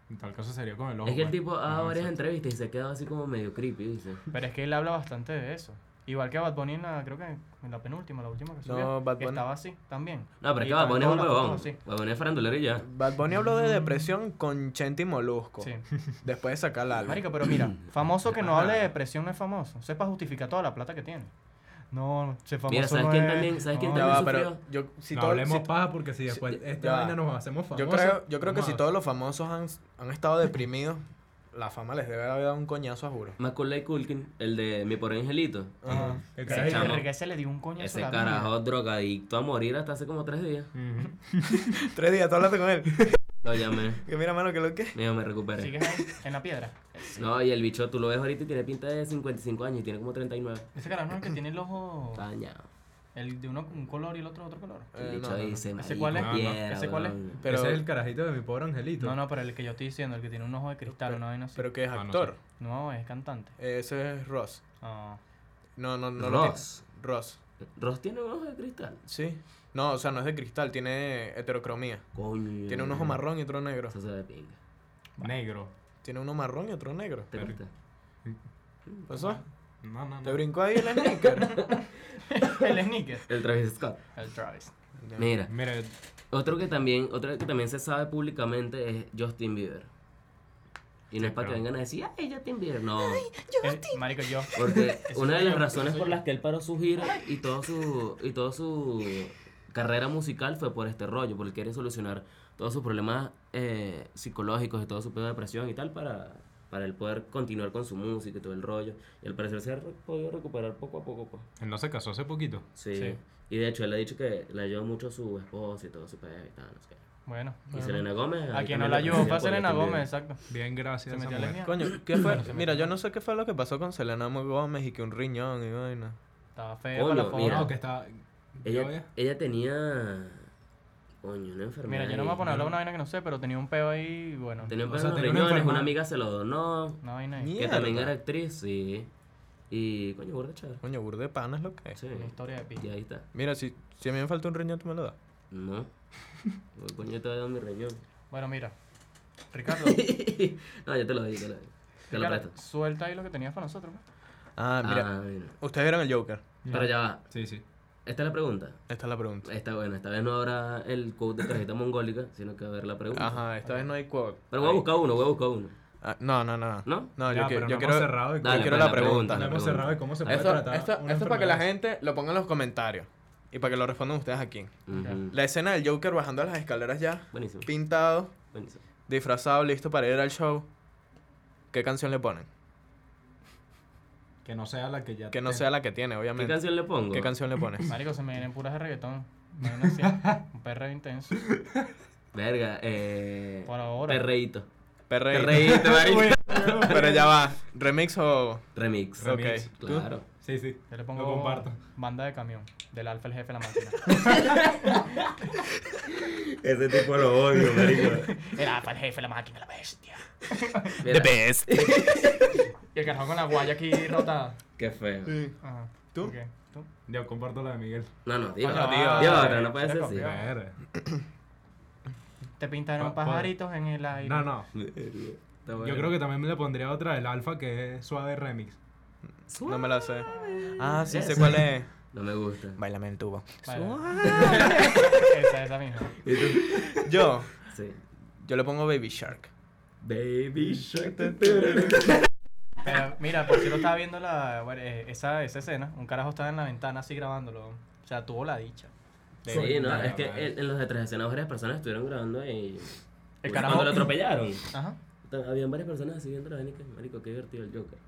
[SPEAKER 5] En tal caso sería con el ojo.
[SPEAKER 3] Es que el
[SPEAKER 5] pues.
[SPEAKER 3] tipo ha
[SPEAKER 5] Ajá,
[SPEAKER 3] dado varias
[SPEAKER 5] exacto.
[SPEAKER 3] entrevistas y se ha quedado así como medio creepy, dice.
[SPEAKER 1] Pero es que él habla bastante de eso. Igual que Bad Bunny en la, creo que en la penúltima, la última que
[SPEAKER 4] No,
[SPEAKER 1] subió.
[SPEAKER 4] Bad
[SPEAKER 1] que
[SPEAKER 4] Bunny-
[SPEAKER 1] Estaba así también.
[SPEAKER 3] No, pero es
[SPEAKER 1] Y
[SPEAKER 3] que va a
[SPEAKER 1] también
[SPEAKER 3] poner un
[SPEAKER 1] todas las
[SPEAKER 3] huevón.
[SPEAKER 1] fotos así.
[SPEAKER 3] Va a poner farandulero y ya.
[SPEAKER 4] Bad Bunny habló de depresión con Chente y Molusco.
[SPEAKER 1] Sí.
[SPEAKER 4] Después de sacar la álbum.
[SPEAKER 1] Marico, pero mira, famoso que no
[SPEAKER 5] Ajá.
[SPEAKER 1] hable de depresión no es famoso. Sepa justificar toda la plata que tiene. No, se famoso
[SPEAKER 3] Mira, ¿sabes
[SPEAKER 1] no
[SPEAKER 3] quién
[SPEAKER 1] es-
[SPEAKER 3] también- sabes quién
[SPEAKER 1] no,
[SPEAKER 4] Ya
[SPEAKER 3] también
[SPEAKER 4] va,
[SPEAKER 3] sufrió.
[SPEAKER 4] pero yo, si
[SPEAKER 5] no
[SPEAKER 4] todo-
[SPEAKER 5] hablemos
[SPEAKER 4] si-
[SPEAKER 5] paja porque si después esta
[SPEAKER 4] ya va.
[SPEAKER 5] vaina nos hacemos
[SPEAKER 4] yo
[SPEAKER 5] famosos.
[SPEAKER 4] creo, yo creo que
[SPEAKER 5] vamos
[SPEAKER 4] si
[SPEAKER 5] a-
[SPEAKER 4] todos los famosos han, han estado deprimidos, la fama les debe haber dado un coñazo a juro.
[SPEAKER 3] Macaulay Culkin, el de Mi Pobre Angelito.
[SPEAKER 4] Ajá.
[SPEAKER 6] El
[SPEAKER 1] Ese
[SPEAKER 6] carajo-
[SPEAKER 3] chamo.
[SPEAKER 1] verga, ese le dio un coño
[SPEAKER 3] Ese carajo drogadicto a morir hasta hace como tres días.
[SPEAKER 5] Ujú.
[SPEAKER 4] Tres días, tú hablaste con él.
[SPEAKER 3] Lo llamé.
[SPEAKER 4] Que mira, mano, que lo que.
[SPEAKER 3] Mira, me recuperé.
[SPEAKER 1] ¿Sigues ahí? ¿En la piedra?
[SPEAKER 3] No, y el bicho, tú lo ves ahorita y tiene pinta de 55 años y tiene como 39.
[SPEAKER 1] Ese carajo no es el que tiene el ojo...
[SPEAKER 3] Está dañado.
[SPEAKER 1] El de uno un color y el otro otro color.
[SPEAKER 4] Eh,
[SPEAKER 3] El bicho
[SPEAKER 4] no, no, no.
[SPEAKER 3] dice,
[SPEAKER 1] ¿Ese
[SPEAKER 3] marico,
[SPEAKER 1] cuál es?
[SPEAKER 5] No, no.
[SPEAKER 3] piedra,
[SPEAKER 1] ¿Ese cuál es?
[SPEAKER 3] weón.
[SPEAKER 4] Pero,
[SPEAKER 6] Ese es el carajito de mi pobre angelito.
[SPEAKER 1] No, no, pero el que yo estoy diciendo, el que tiene un ojo de cristal, una vaina así.
[SPEAKER 4] pero que es
[SPEAKER 5] Ah, no
[SPEAKER 4] actor.
[SPEAKER 1] No, es cantante.
[SPEAKER 4] Ese es Ross.
[SPEAKER 1] Ah.
[SPEAKER 4] No, no, no. lo tiene.
[SPEAKER 3] Ross.
[SPEAKER 4] Ross.
[SPEAKER 3] Ross tiene un ojo de cristal.
[SPEAKER 4] Sí. No, o sea, no es de cristal, tiene heterocromía.
[SPEAKER 3] Coño.
[SPEAKER 4] Tiene un ojo marrón y otro negro.
[SPEAKER 3] Eso se ve pinga.
[SPEAKER 5] Negro.
[SPEAKER 4] Tiene uno marrón y otro negro.
[SPEAKER 3] ¿Te gusta?
[SPEAKER 4] ¿Pasó?
[SPEAKER 5] No, no,
[SPEAKER 4] ¿Te
[SPEAKER 5] no.
[SPEAKER 4] brincó ahí el sneaker?
[SPEAKER 1] el sneaker.
[SPEAKER 3] El Travis Scott.
[SPEAKER 1] El Travis.
[SPEAKER 4] No.
[SPEAKER 3] Mira,
[SPEAKER 5] Mira,
[SPEAKER 3] otro que también, otro que también se sabe públicamente es Justin Bieber. Y no es para que
[SPEAKER 5] claro.
[SPEAKER 3] vengan a decir, ay, Justin Bieber. No.
[SPEAKER 1] El- marico, yo.
[SPEAKER 3] Porque una de
[SPEAKER 1] soy
[SPEAKER 3] las
[SPEAKER 1] yo,
[SPEAKER 3] razones
[SPEAKER 1] soy
[SPEAKER 3] por
[SPEAKER 1] yo.
[SPEAKER 3] las que él paró su gira y todo su y toda su carrera musical fue por este rollo, porque quiere solucionar todos sus problemas eh, psicológicos y todo su pedo de depresión y tal para para él poder continuar con su música y todo el rollo. Y al parecer se ha re- podido recuperar poco a poco, pues.
[SPEAKER 5] él no se casó hace poquito.
[SPEAKER 3] Sí.
[SPEAKER 1] Sí.
[SPEAKER 3] Y de hecho él ha dicho que le ayudó mucho a su esposa y todo su pedo y tal, no sé qué.
[SPEAKER 1] Bueno.
[SPEAKER 3] Y Selena Gómez.
[SPEAKER 1] A
[SPEAKER 3] ahí
[SPEAKER 1] quien no
[SPEAKER 3] también
[SPEAKER 1] la
[SPEAKER 3] le
[SPEAKER 1] ayudó fue a
[SPEAKER 3] parecía
[SPEAKER 1] Selena
[SPEAKER 3] por este Justin
[SPEAKER 1] Gómez, exacto.
[SPEAKER 5] Bien,
[SPEAKER 1] Se
[SPEAKER 5] gracias.
[SPEAKER 1] metió
[SPEAKER 5] esa
[SPEAKER 1] a la
[SPEAKER 5] mujer.
[SPEAKER 1] mía.
[SPEAKER 4] Coño, ¿qué fue?
[SPEAKER 1] Bueno, se me
[SPEAKER 4] Mira, yo no sé qué fue lo que pasó con Selena Gómez y que un riñón y vaina.
[SPEAKER 1] Estaba feo
[SPEAKER 3] Coño,
[SPEAKER 1] la foto.
[SPEAKER 3] mira.
[SPEAKER 5] No, que está.
[SPEAKER 3] Bieber.
[SPEAKER 5] ¿Ya
[SPEAKER 3] Ella,
[SPEAKER 5] ves?
[SPEAKER 3] ella tenía coño, una enfermedad.
[SPEAKER 1] Mira, yo no me voy a
[SPEAKER 3] ahí.
[SPEAKER 1] poner a hablar una vaina que no sé, pero tenía un peo ahí, y bueno.
[SPEAKER 3] Tenía un
[SPEAKER 5] O
[SPEAKER 3] problema
[SPEAKER 5] sea,
[SPEAKER 3] en los
[SPEAKER 5] tenía una
[SPEAKER 3] riñones, una
[SPEAKER 5] enfermedad.
[SPEAKER 3] amiga se lo donó.
[SPEAKER 1] Una vaina ahí.
[SPEAKER 3] Que también era
[SPEAKER 4] Mierda.
[SPEAKER 3] actriz, sí. Y coño, gorda chévere.
[SPEAKER 4] Coño, burde pana es lo que es.
[SPEAKER 3] Sí.
[SPEAKER 1] Una historia de
[SPEAKER 3] Y
[SPEAKER 1] pista.
[SPEAKER 3] ahí está.
[SPEAKER 4] Mira, si, si a mí me falta un riñón, tú me lo das.
[SPEAKER 3] No. Voy coño yo te voy a dar mi riñón.
[SPEAKER 1] Bueno, mira. Ricardo.
[SPEAKER 3] no, yo te lo doy, te lo doy. Te lo
[SPEAKER 1] Ricardo,
[SPEAKER 3] presto.
[SPEAKER 1] suelta ahí lo que tenías para nosotros. pues.
[SPEAKER 4] Ah, mira.
[SPEAKER 3] Ah, mira.
[SPEAKER 4] Ustedes vieron el Joker.
[SPEAKER 3] Pero ya va.
[SPEAKER 5] Sí, sí.
[SPEAKER 3] Esta es la pregunta.
[SPEAKER 4] Esta es la pregunta.
[SPEAKER 3] Esta, bueno, esta vez no habrá el quote de tarjeta mongólica, sino que va a haber la pregunta.
[SPEAKER 4] Ajá, esta vez no hay quote.
[SPEAKER 3] Pero voy a buscar uno, voy a buscar uno.
[SPEAKER 4] Ah, no, no, no.
[SPEAKER 3] ¿No?
[SPEAKER 4] No,
[SPEAKER 5] Ya,
[SPEAKER 4] yo, que-
[SPEAKER 5] pero
[SPEAKER 4] yo
[SPEAKER 5] no
[SPEAKER 4] quiero.
[SPEAKER 5] hemos cerrado. y-
[SPEAKER 4] Dale, quiero
[SPEAKER 3] pues,
[SPEAKER 4] la pregunta.
[SPEAKER 3] la
[SPEAKER 5] No hemos
[SPEAKER 3] pregunta.
[SPEAKER 5] cerrado. ¿Y cómo se puede
[SPEAKER 4] Esto,
[SPEAKER 5] tratar?
[SPEAKER 4] esto-
[SPEAKER 5] una
[SPEAKER 4] esto es para que la
[SPEAKER 5] enfermedad?
[SPEAKER 4] gente lo ponga en los comentarios y para que lo respondan ustedes aquí.
[SPEAKER 3] Ujú.
[SPEAKER 4] La escena del Joker bajando las escaleras ya,
[SPEAKER 3] Buenísimo.
[SPEAKER 4] pintado,
[SPEAKER 3] Buenísimo.
[SPEAKER 4] disfrazado, listo para ir al show. ¿Qué canción le ponen?
[SPEAKER 5] Que no sea la que ya.
[SPEAKER 4] Que no
[SPEAKER 5] te-
[SPEAKER 4] sea la que tiene,
[SPEAKER 3] ¿Qué
[SPEAKER 4] obviamente.
[SPEAKER 3] canción le pongo?
[SPEAKER 4] ¿Qué canción le pones?
[SPEAKER 1] Marico, se me vienen puras de reggaetón. Me viene así, un perreo intenso.
[SPEAKER 3] Verga, eh.
[SPEAKER 1] Por ahora.
[SPEAKER 3] Perreíto.
[SPEAKER 4] Perreíto.
[SPEAKER 3] Perreíto, marico.
[SPEAKER 4] Pero ya va. ¿Remix o.?
[SPEAKER 3] Remix.
[SPEAKER 5] Remix.
[SPEAKER 4] Ok. ¿Tú?
[SPEAKER 3] Claro.
[SPEAKER 5] Sí, sí.
[SPEAKER 1] Yo le pongo
[SPEAKER 5] Lo comparto.
[SPEAKER 1] banda de camión. Del alfa el jefe de la máquina.
[SPEAKER 3] Ese tipo lo odio, marico.
[SPEAKER 1] el alfa el jefe de la máquina, la bestia.
[SPEAKER 3] Mira,
[SPEAKER 4] best.
[SPEAKER 1] Y el carajo con la guaya aquí rotada.
[SPEAKER 3] qué feo.
[SPEAKER 1] Ajá.
[SPEAKER 5] ¿Tú?
[SPEAKER 1] ¿Por qué? ¿Tú?
[SPEAKER 5] Yo comparto la de Miguel.
[SPEAKER 3] No, no, tío.
[SPEAKER 1] Coño,
[SPEAKER 3] tío,
[SPEAKER 1] tío.
[SPEAKER 3] pero no puede
[SPEAKER 1] Se
[SPEAKER 3] ser
[SPEAKER 1] le
[SPEAKER 3] así.
[SPEAKER 1] copió.
[SPEAKER 5] Verga.
[SPEAKER 1] Te pintaron
[SPEAKER 5] Pa- pa-
[SPEAKER 1] pajaritos en el aire.
[SPEAKER 5] No, no.
[SPEAKER 3] Está
[SPEAKER 5] Yo
[SPEAKER 3] bueno.
[SPEAKER 5] creo que también le pondría otra del Alfa que es suave remix.
[SPEAKER 4] No me la sé. Ah, sí, sé cuál es.
[SPEAKER 3] No me gusta.
[SPEAKER 4] Báilame el tubo.
[SPEAKER 1] Vale. esa, esa misma.
[SPEAKER 4] Yo,
[SPEAKER 3] Sí.
[SPEAKER 4] yo le pongo Baby Shark.
[SPEAKER 3] Baby Shark.
[SPEAKER 1] Pero mira, por cierto, estaba viendo la, bueno, eh, esa, esa escena. Un carajo estaba en la ventana así grabándolo. O sea, tuvo la dicha.
[SPEAKER 3] Sí, no,
[SPEAKER 5] Verga,
[SPEAKER 3] es que
[SPEAKER 5] madre.
[SPEAKER 3] en, en los de tres escenas varias personas estuvieron grabando y.
[SPEAKER 1] El
[SPEAKER 3] Cuando
[SPEAKER 1] carajo.
[SPEAKER 3] lo atropellaron.
[SPEAKER 1] Ajá.
[SPEAKER 3] ta- Habían varias personas así viendo la vaina y que, marico, qué divertido el Joker.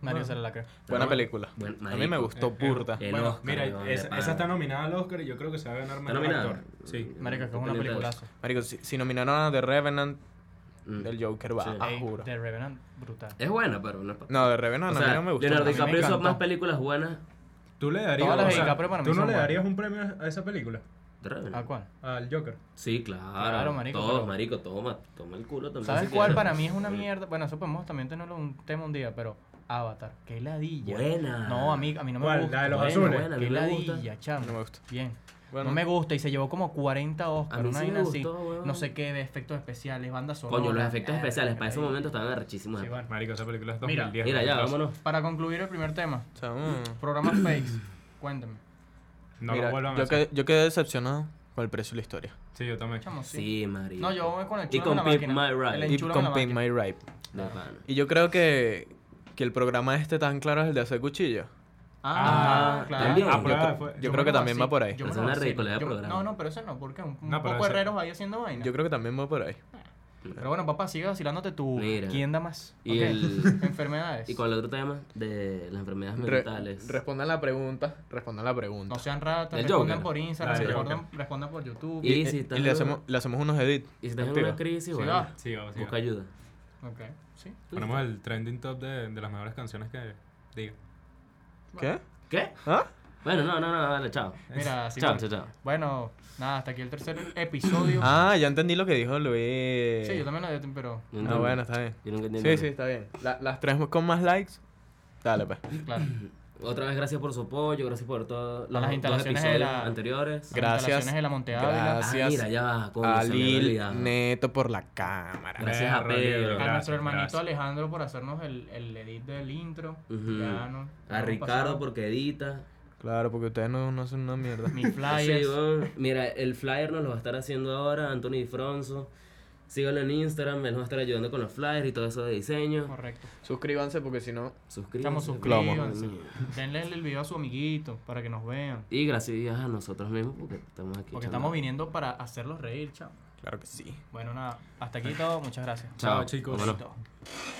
[SPEAKER 1] Mario se la creo.
[SPEAKER 4] Buena
[SPEAKER 3] Bueno,
[SPEAKER 4] película.
[SPEAKER 3] bueno,
[SPEAKER 4] A mí me
[SPEAKER 3] marico. Eh,
[SPEAKER 4] gustó burda.
[SPEAKER 3] El
[SPEAKER 5] Bueno,
[SPEAKER 3] Oscar,
[SPEAKER 5] mira,
[SPEAKER 3] weón,
[SPEAKER 5] esa,
[SPEAKER 3] de pana.
[SPEAKER 5] esa está nominada al Oscar y yo creo que se va a ganar
[SPEAKER 3] ¿Está
[SPEAKER 5] mejor
[SPEAKER 3] nominada?
[SPEAKER 5] actor. Sí.
[SPEAKER 1] Marica, que es una peliculazo.
[SPEAKER 4] Marico, si, si nominaron a The Revenant,
[SPEAKER 3] eh. Mm.
[SPEAKER 4] del Joker va.
[SPEAKER 3] Sí.
[SPEAKER 4] Ah,
[SPEAKER 1] Ey,
[SPEAKER 4] juro.
[SPEAKER 1] The Revenant, brutal.
[SPEAKER 3] Es buena, pero no es pa-
[SPEAKER 4] No, The Revenant
[SPEAKER 3] O
[SPEAKER 4] a mí
[SPEAKER 3] sea,
[SPEAKER 4] no me gustó.
[SPEAKER 3] Leonardo
[SPEAKER 1] A mí me
[SPEAKER 3] DiCaprio hizo
[SPEAKER 1] encantó.
[SPEAKER 3] más películas buenas.
[SPEAKER 5] ¿Tú le darías,
[SPEAKER 1] Todas las
[SPEAKER 5] o
[SPEAKER 1] de
[SPEAKER 5] sea,
[SPEAKER 1] DiCaprio para mí
[SPEAKER 5] ¿tú no
[SPEAKER 1] son
[SPEAKER 5] le
[SPEAKER 1] buenas.
[SPEAKER 5] darías un premio a esa película?
[SPEAKER 3] de Revenant.
[SPEAKER 1] ¿A cuál?
[SPEAKER 5] Al Joker.
[SPEAKER 3] Sí, claro.
[SPEAKER 1] Ah, Claro, marico,
[SPEAKER 3] Todos,
[SPEAKER 1] pero-
[SPEAKER 3] marico, toma, toma el culo también.
[SPEAKER 1] ¿Sabes
[SPEAKER 3] si
[SPEAKER 1] cuál
[SPEAKER 3] quieres.
[SPEAKER 1] para mí es una mierda? Bueno, eso podemos también tenerlo un tema un día, pero Avatar, qué ladilla.
[SPEAKER 3] Buena.
[SPEAKER 1] No, a mí, a mí no me
[SPEAKER 5] ¿Cuál?
[SPEAKER 1] gusta.
[SPEAKER 5] La de los
[SPEAKER 1] Bueno,
[SPEAKER 5] azules.
[SPEAKER 1] buena,
[SPEAKER 3] a
[SPEAKER 1] qué
[SPEAKER 3] mí me gusta.
[SPEAKER 1] ladilla, chamo.
[SPEAKER 4] No me gusta.
[SPEAKER 1] Bien.
[SPEAKER 4] Bueno,
[SPEAKER 1] No me gusta y se llevó como 40
[SPEAKER 3] A
[SPEAKER 1] Oscar,
[SPEAKER 3] mí
[SPEAKER 1] una
[SPEAKER 3] sí me
[SPEAKER 1] vaina así.
[SPEAKER 3] gustó, weón.
[SPEAKER 1] No sé qué, de efectos especiales, bandas sonoras.
[SPEAKER 3] Coño, los efectos
[SPEAKER 1] eh,
[SPEAKER 3] especiales para ese
[SPEAKER 1] ahí.
[SPEAKER 3] momento estaban arrechísimos.
[SPEAKER 1] Sí, bueno.
[SPEAKER 5] Marico, esa película es
[SPEAKER 1] Mira,
[SPEAKER 5] 2010.
[SPEAKER 3] Mira, ya,
[SPEAKER 5] entonces,
[SPEAKER 3] vámonos.
[SPEAKER 1] Para concluir el primer tema,
[SPEAKER 4] o sea, mm.
[SPEAKER 1] programas fakes. Cuéntame.
[SPEAKER 5] No
[SPEAKER 4] Mira,
[SPEAKER 5] lo vuelvan a
[SPEAKER 4] yo,
[SPEAKER 5] hacer.
[SPEAKER 4] quedé, yo quedé decepcionado con el precio de la historia.
[SPEAKER 5] Sí, yo también.
[SPEAKER 1] Chamo, sí.
[SPEAKER 3] Sí, marico.
[SPEAKER 1] No, yo voy con el
[SPEAKER 3] Y
[SPEAKER 1] chulo
[SPEAKER 3] con
[SPEAKER 1] la
[SPEAKER 3] Pimp
[SPEAKER 1] máquina.
[SPEAKER 3] My Ride.
[SPEAKER 1] El
[SPEAKER 4] Y
[SPEAKER 1] enchulo en la
[SPEAKER 4] con Paint
[SPEAKER 1] máquina.
[SPEAKER 4] My Ride.
[SPEAKER 3] De pana.
[SPEAKER 4] Y yo creo que, que el programa este tan claro es el de hacer cuchillo.
[SPEAKER 1] Ah,
[SPEAKER 3] Ah,
[SPEAKER 1] claro. pues,
[SPEAKER 3] también.
[SPEAKER 5] Ah,
[SPEAKER 4] Yo,
[SPEAKER 5] pero
[SPEAKER 4] cre-
[SPEAKER 5] ah, fue-
[SPEAKER 4] yo
[SPEAKER 5] yo
[SPEAKER 4] creo que
[SPEAKER 1] me lo
[SPEAKER 4] también
[SPEAKER 1] así-
[SPEAKER 4] va por ahí.
[SPEAKER 1] yo me
[SPEAKER 3] Es
[SPEAKER 1] lo
[SPEAKER 3] una
[SPEAKER 1] así-
[SPEAKER 3] ridiculidad de
[SPEAKER 1] yo-
[SPEAKER 3] programa.
[SPEAKER 1] No, no, pero eso no, porque un, un
[SPEAKER 5] No, pero
[SPEAKER 1] poco
[SPEAKER 5] ese-
[SPEAKER 1] herreros ahí haciendo vaina.
[SPEAKER 4] Yo creo que también va por ahí.
[SPEAKER 1] Pero bueno, papá, sigue vacilándote tú.
[SPEAKER 3] Mira.
[SPEAKER 1] ¿Quién da más?
[SPEAKER 3] Y
[SPEAKER 1] Ok.
[SPEAKER 3] el-
[SPEAKER 1] Enfermedades.
[SPEAKER 3] Y con el otro tema de las enfermedades
[SPEAKER 4] Re-
[SPEAKER 3] mentales.
[SPEAKER 4] respondan la pregunta. Respondan la pregunta.
[SPEAKER 1] No sean ratas,
[SPEAKER 3] El
[SPEAKER 1] respondan
[SPEAKER 3] Joker.
[SPEAKER 1] por Instagram,
[SPEAKER 5] Ah, el
[SPEAKER 1] respondan, respondan por YouTube.
[SPEAKER 3] Y- si
[SPEAKER 4] Eh,
[SPEAKER 3] estás
[SPEAKER 4] le,
[SPEAKER 3] en-
[SPEAKER 4] hacemos, le hacemos unos edits.
[SPEAKER 3] Y si estás en
[SPEAKER 4] Activa.
[SPEAKER 3] una crisis,
[SPEAKER 1] Sí,
[SPEAKER 3] bueno,
[SPEAKER 1] va.
[SPEAKER 5] Sí, vamos, sí,
[SPEAKER 3] busca
[SPEAKER 5] vamos.
[SPEAKER 3] ayuda.
[SPEAKER 1] Ok, sí.
[SPEAKER 5] Ponemos el trending top de, de las mejores canciones que diga.
[SPEAKER 4] ¿Qué?
[SPEAKER 3] ¿Qué?
[SPEAKER 4] ¿Ah?
[SPEAKER 3] Bueno, no, no, no, dale, chao.
[SPEAKER 1] Mira, así
[SPEAKER 3] Chao,
[SPEAKER 1] que-
[SPEAKER 3] chao, chao.
[SPEAKER 1] Bueno, nada, hasta aquí el tercer episodio.
[SPEAKER 4] Ah, ya entendí lo que dijo Luis.
[SPEAKER 1] Sí, yo también lo dije, pero
[SPEAKER 3] Yo
[SPEAKER 4] Ah,
[SPEAKER 3] entiendo.
[SPEAKER 4] bueno, está bien.
[SPEAKER 3] Yo nunca entiendo.
[SPEAKER 4] Sí, sí, está bien. La- las tres con más likes, dale pues.
[SPEAKER 1] claro.
[SPEAKER 3] Otra vez, gracias por su apoyo, gracias por todos los
[SPEAKER 1] las
[SPEAKER 3] dos
[SPEAKER 1] instalaciones de
[SPEAKER 3] episodios
[SPEAKER 1] la-
[SPEAKER 3] anteriores.
[SPEAKER 1] Las instalaciones
[SPEAKER 4] Gracias.
[SPEAKER 1] de la Monte Ávila.
[SPEAKER 3] Ah,
[SPEAKER 4] Gracias
[SPEAKER 3] mira, ya va, coño,
[SPEAKER 4] A
[SPEAKER 3] se me había
[SPEAKER 4] Lil
[SPEAKER 3] olvidado.
[SPEAKER 4] Neto por la cámara.
[SPEAKER 3] Gracias a
[SPEAKER 5] Perro,
[SPEAKER 3] Pedro.
[SPEAKER 1] A
[SPEAKER 5] libro,
[SPEAKER 1] nuestro
[SPEAKER 5] gracias,
[SPEAKER 1] hermanito
[SPEAKER 5] gracias.
[SPEAKER 1] Alejandro por hacernos el, el edit del intro.
[SPEAKER 3] Ujú.
[SPEAKER 1] Ya no- no
[SPEAKER 3] A
[SPEAKER 1] hemos
[SPEAKER 3] Ricardo
[SPEAKER 1] pasado.
[SPEAKER 3] porque edita.
[SPEAKER 4] Claro, porque ustedes no, no son una mierda.
[SPEAKER 1] Mi
[SPEAKER 3] Sí,
[SPEAKER 1] flyers.
[SPEAKER 3] weón. Mira, el flyer nos lo va a estar haciendo ahora Anthony Fronzo. Síganlo en Instagram, él nos va a estar ayudando con los flyers y todo eso de diseño.
[SPEAKER 1] Correcto.
[SPEAKER 4] Suscríbanse porque si no.
[SPEAKER 1] Estamos
[SPEAKER 3] Suscríbanse.
[SPEAKER 1] suscritos.
[SPEAKER 3] weón.
[SPEAKER 1] Denle el video a su amiguito para que nos vean.
[SPEAKER 3] Y gracias a nosotros mismos porque estamos aquí.
[SPEAKER 1] Porque
[SPEAKER 3] chamo.
[SPEAKER 1] estamos viniendo para hacerlos reír, chao.
[SPEAKER 4] Claro que sí.
[SPEAKER 1] Bueno, nada, hasta aquí todo. Muchas gracias.
[SPEAKER 3] Chao,
[SPEAKER 5] Chao, chicos.
[SPEAKER 3] vámonos.
[SPEAKER 1] Chao.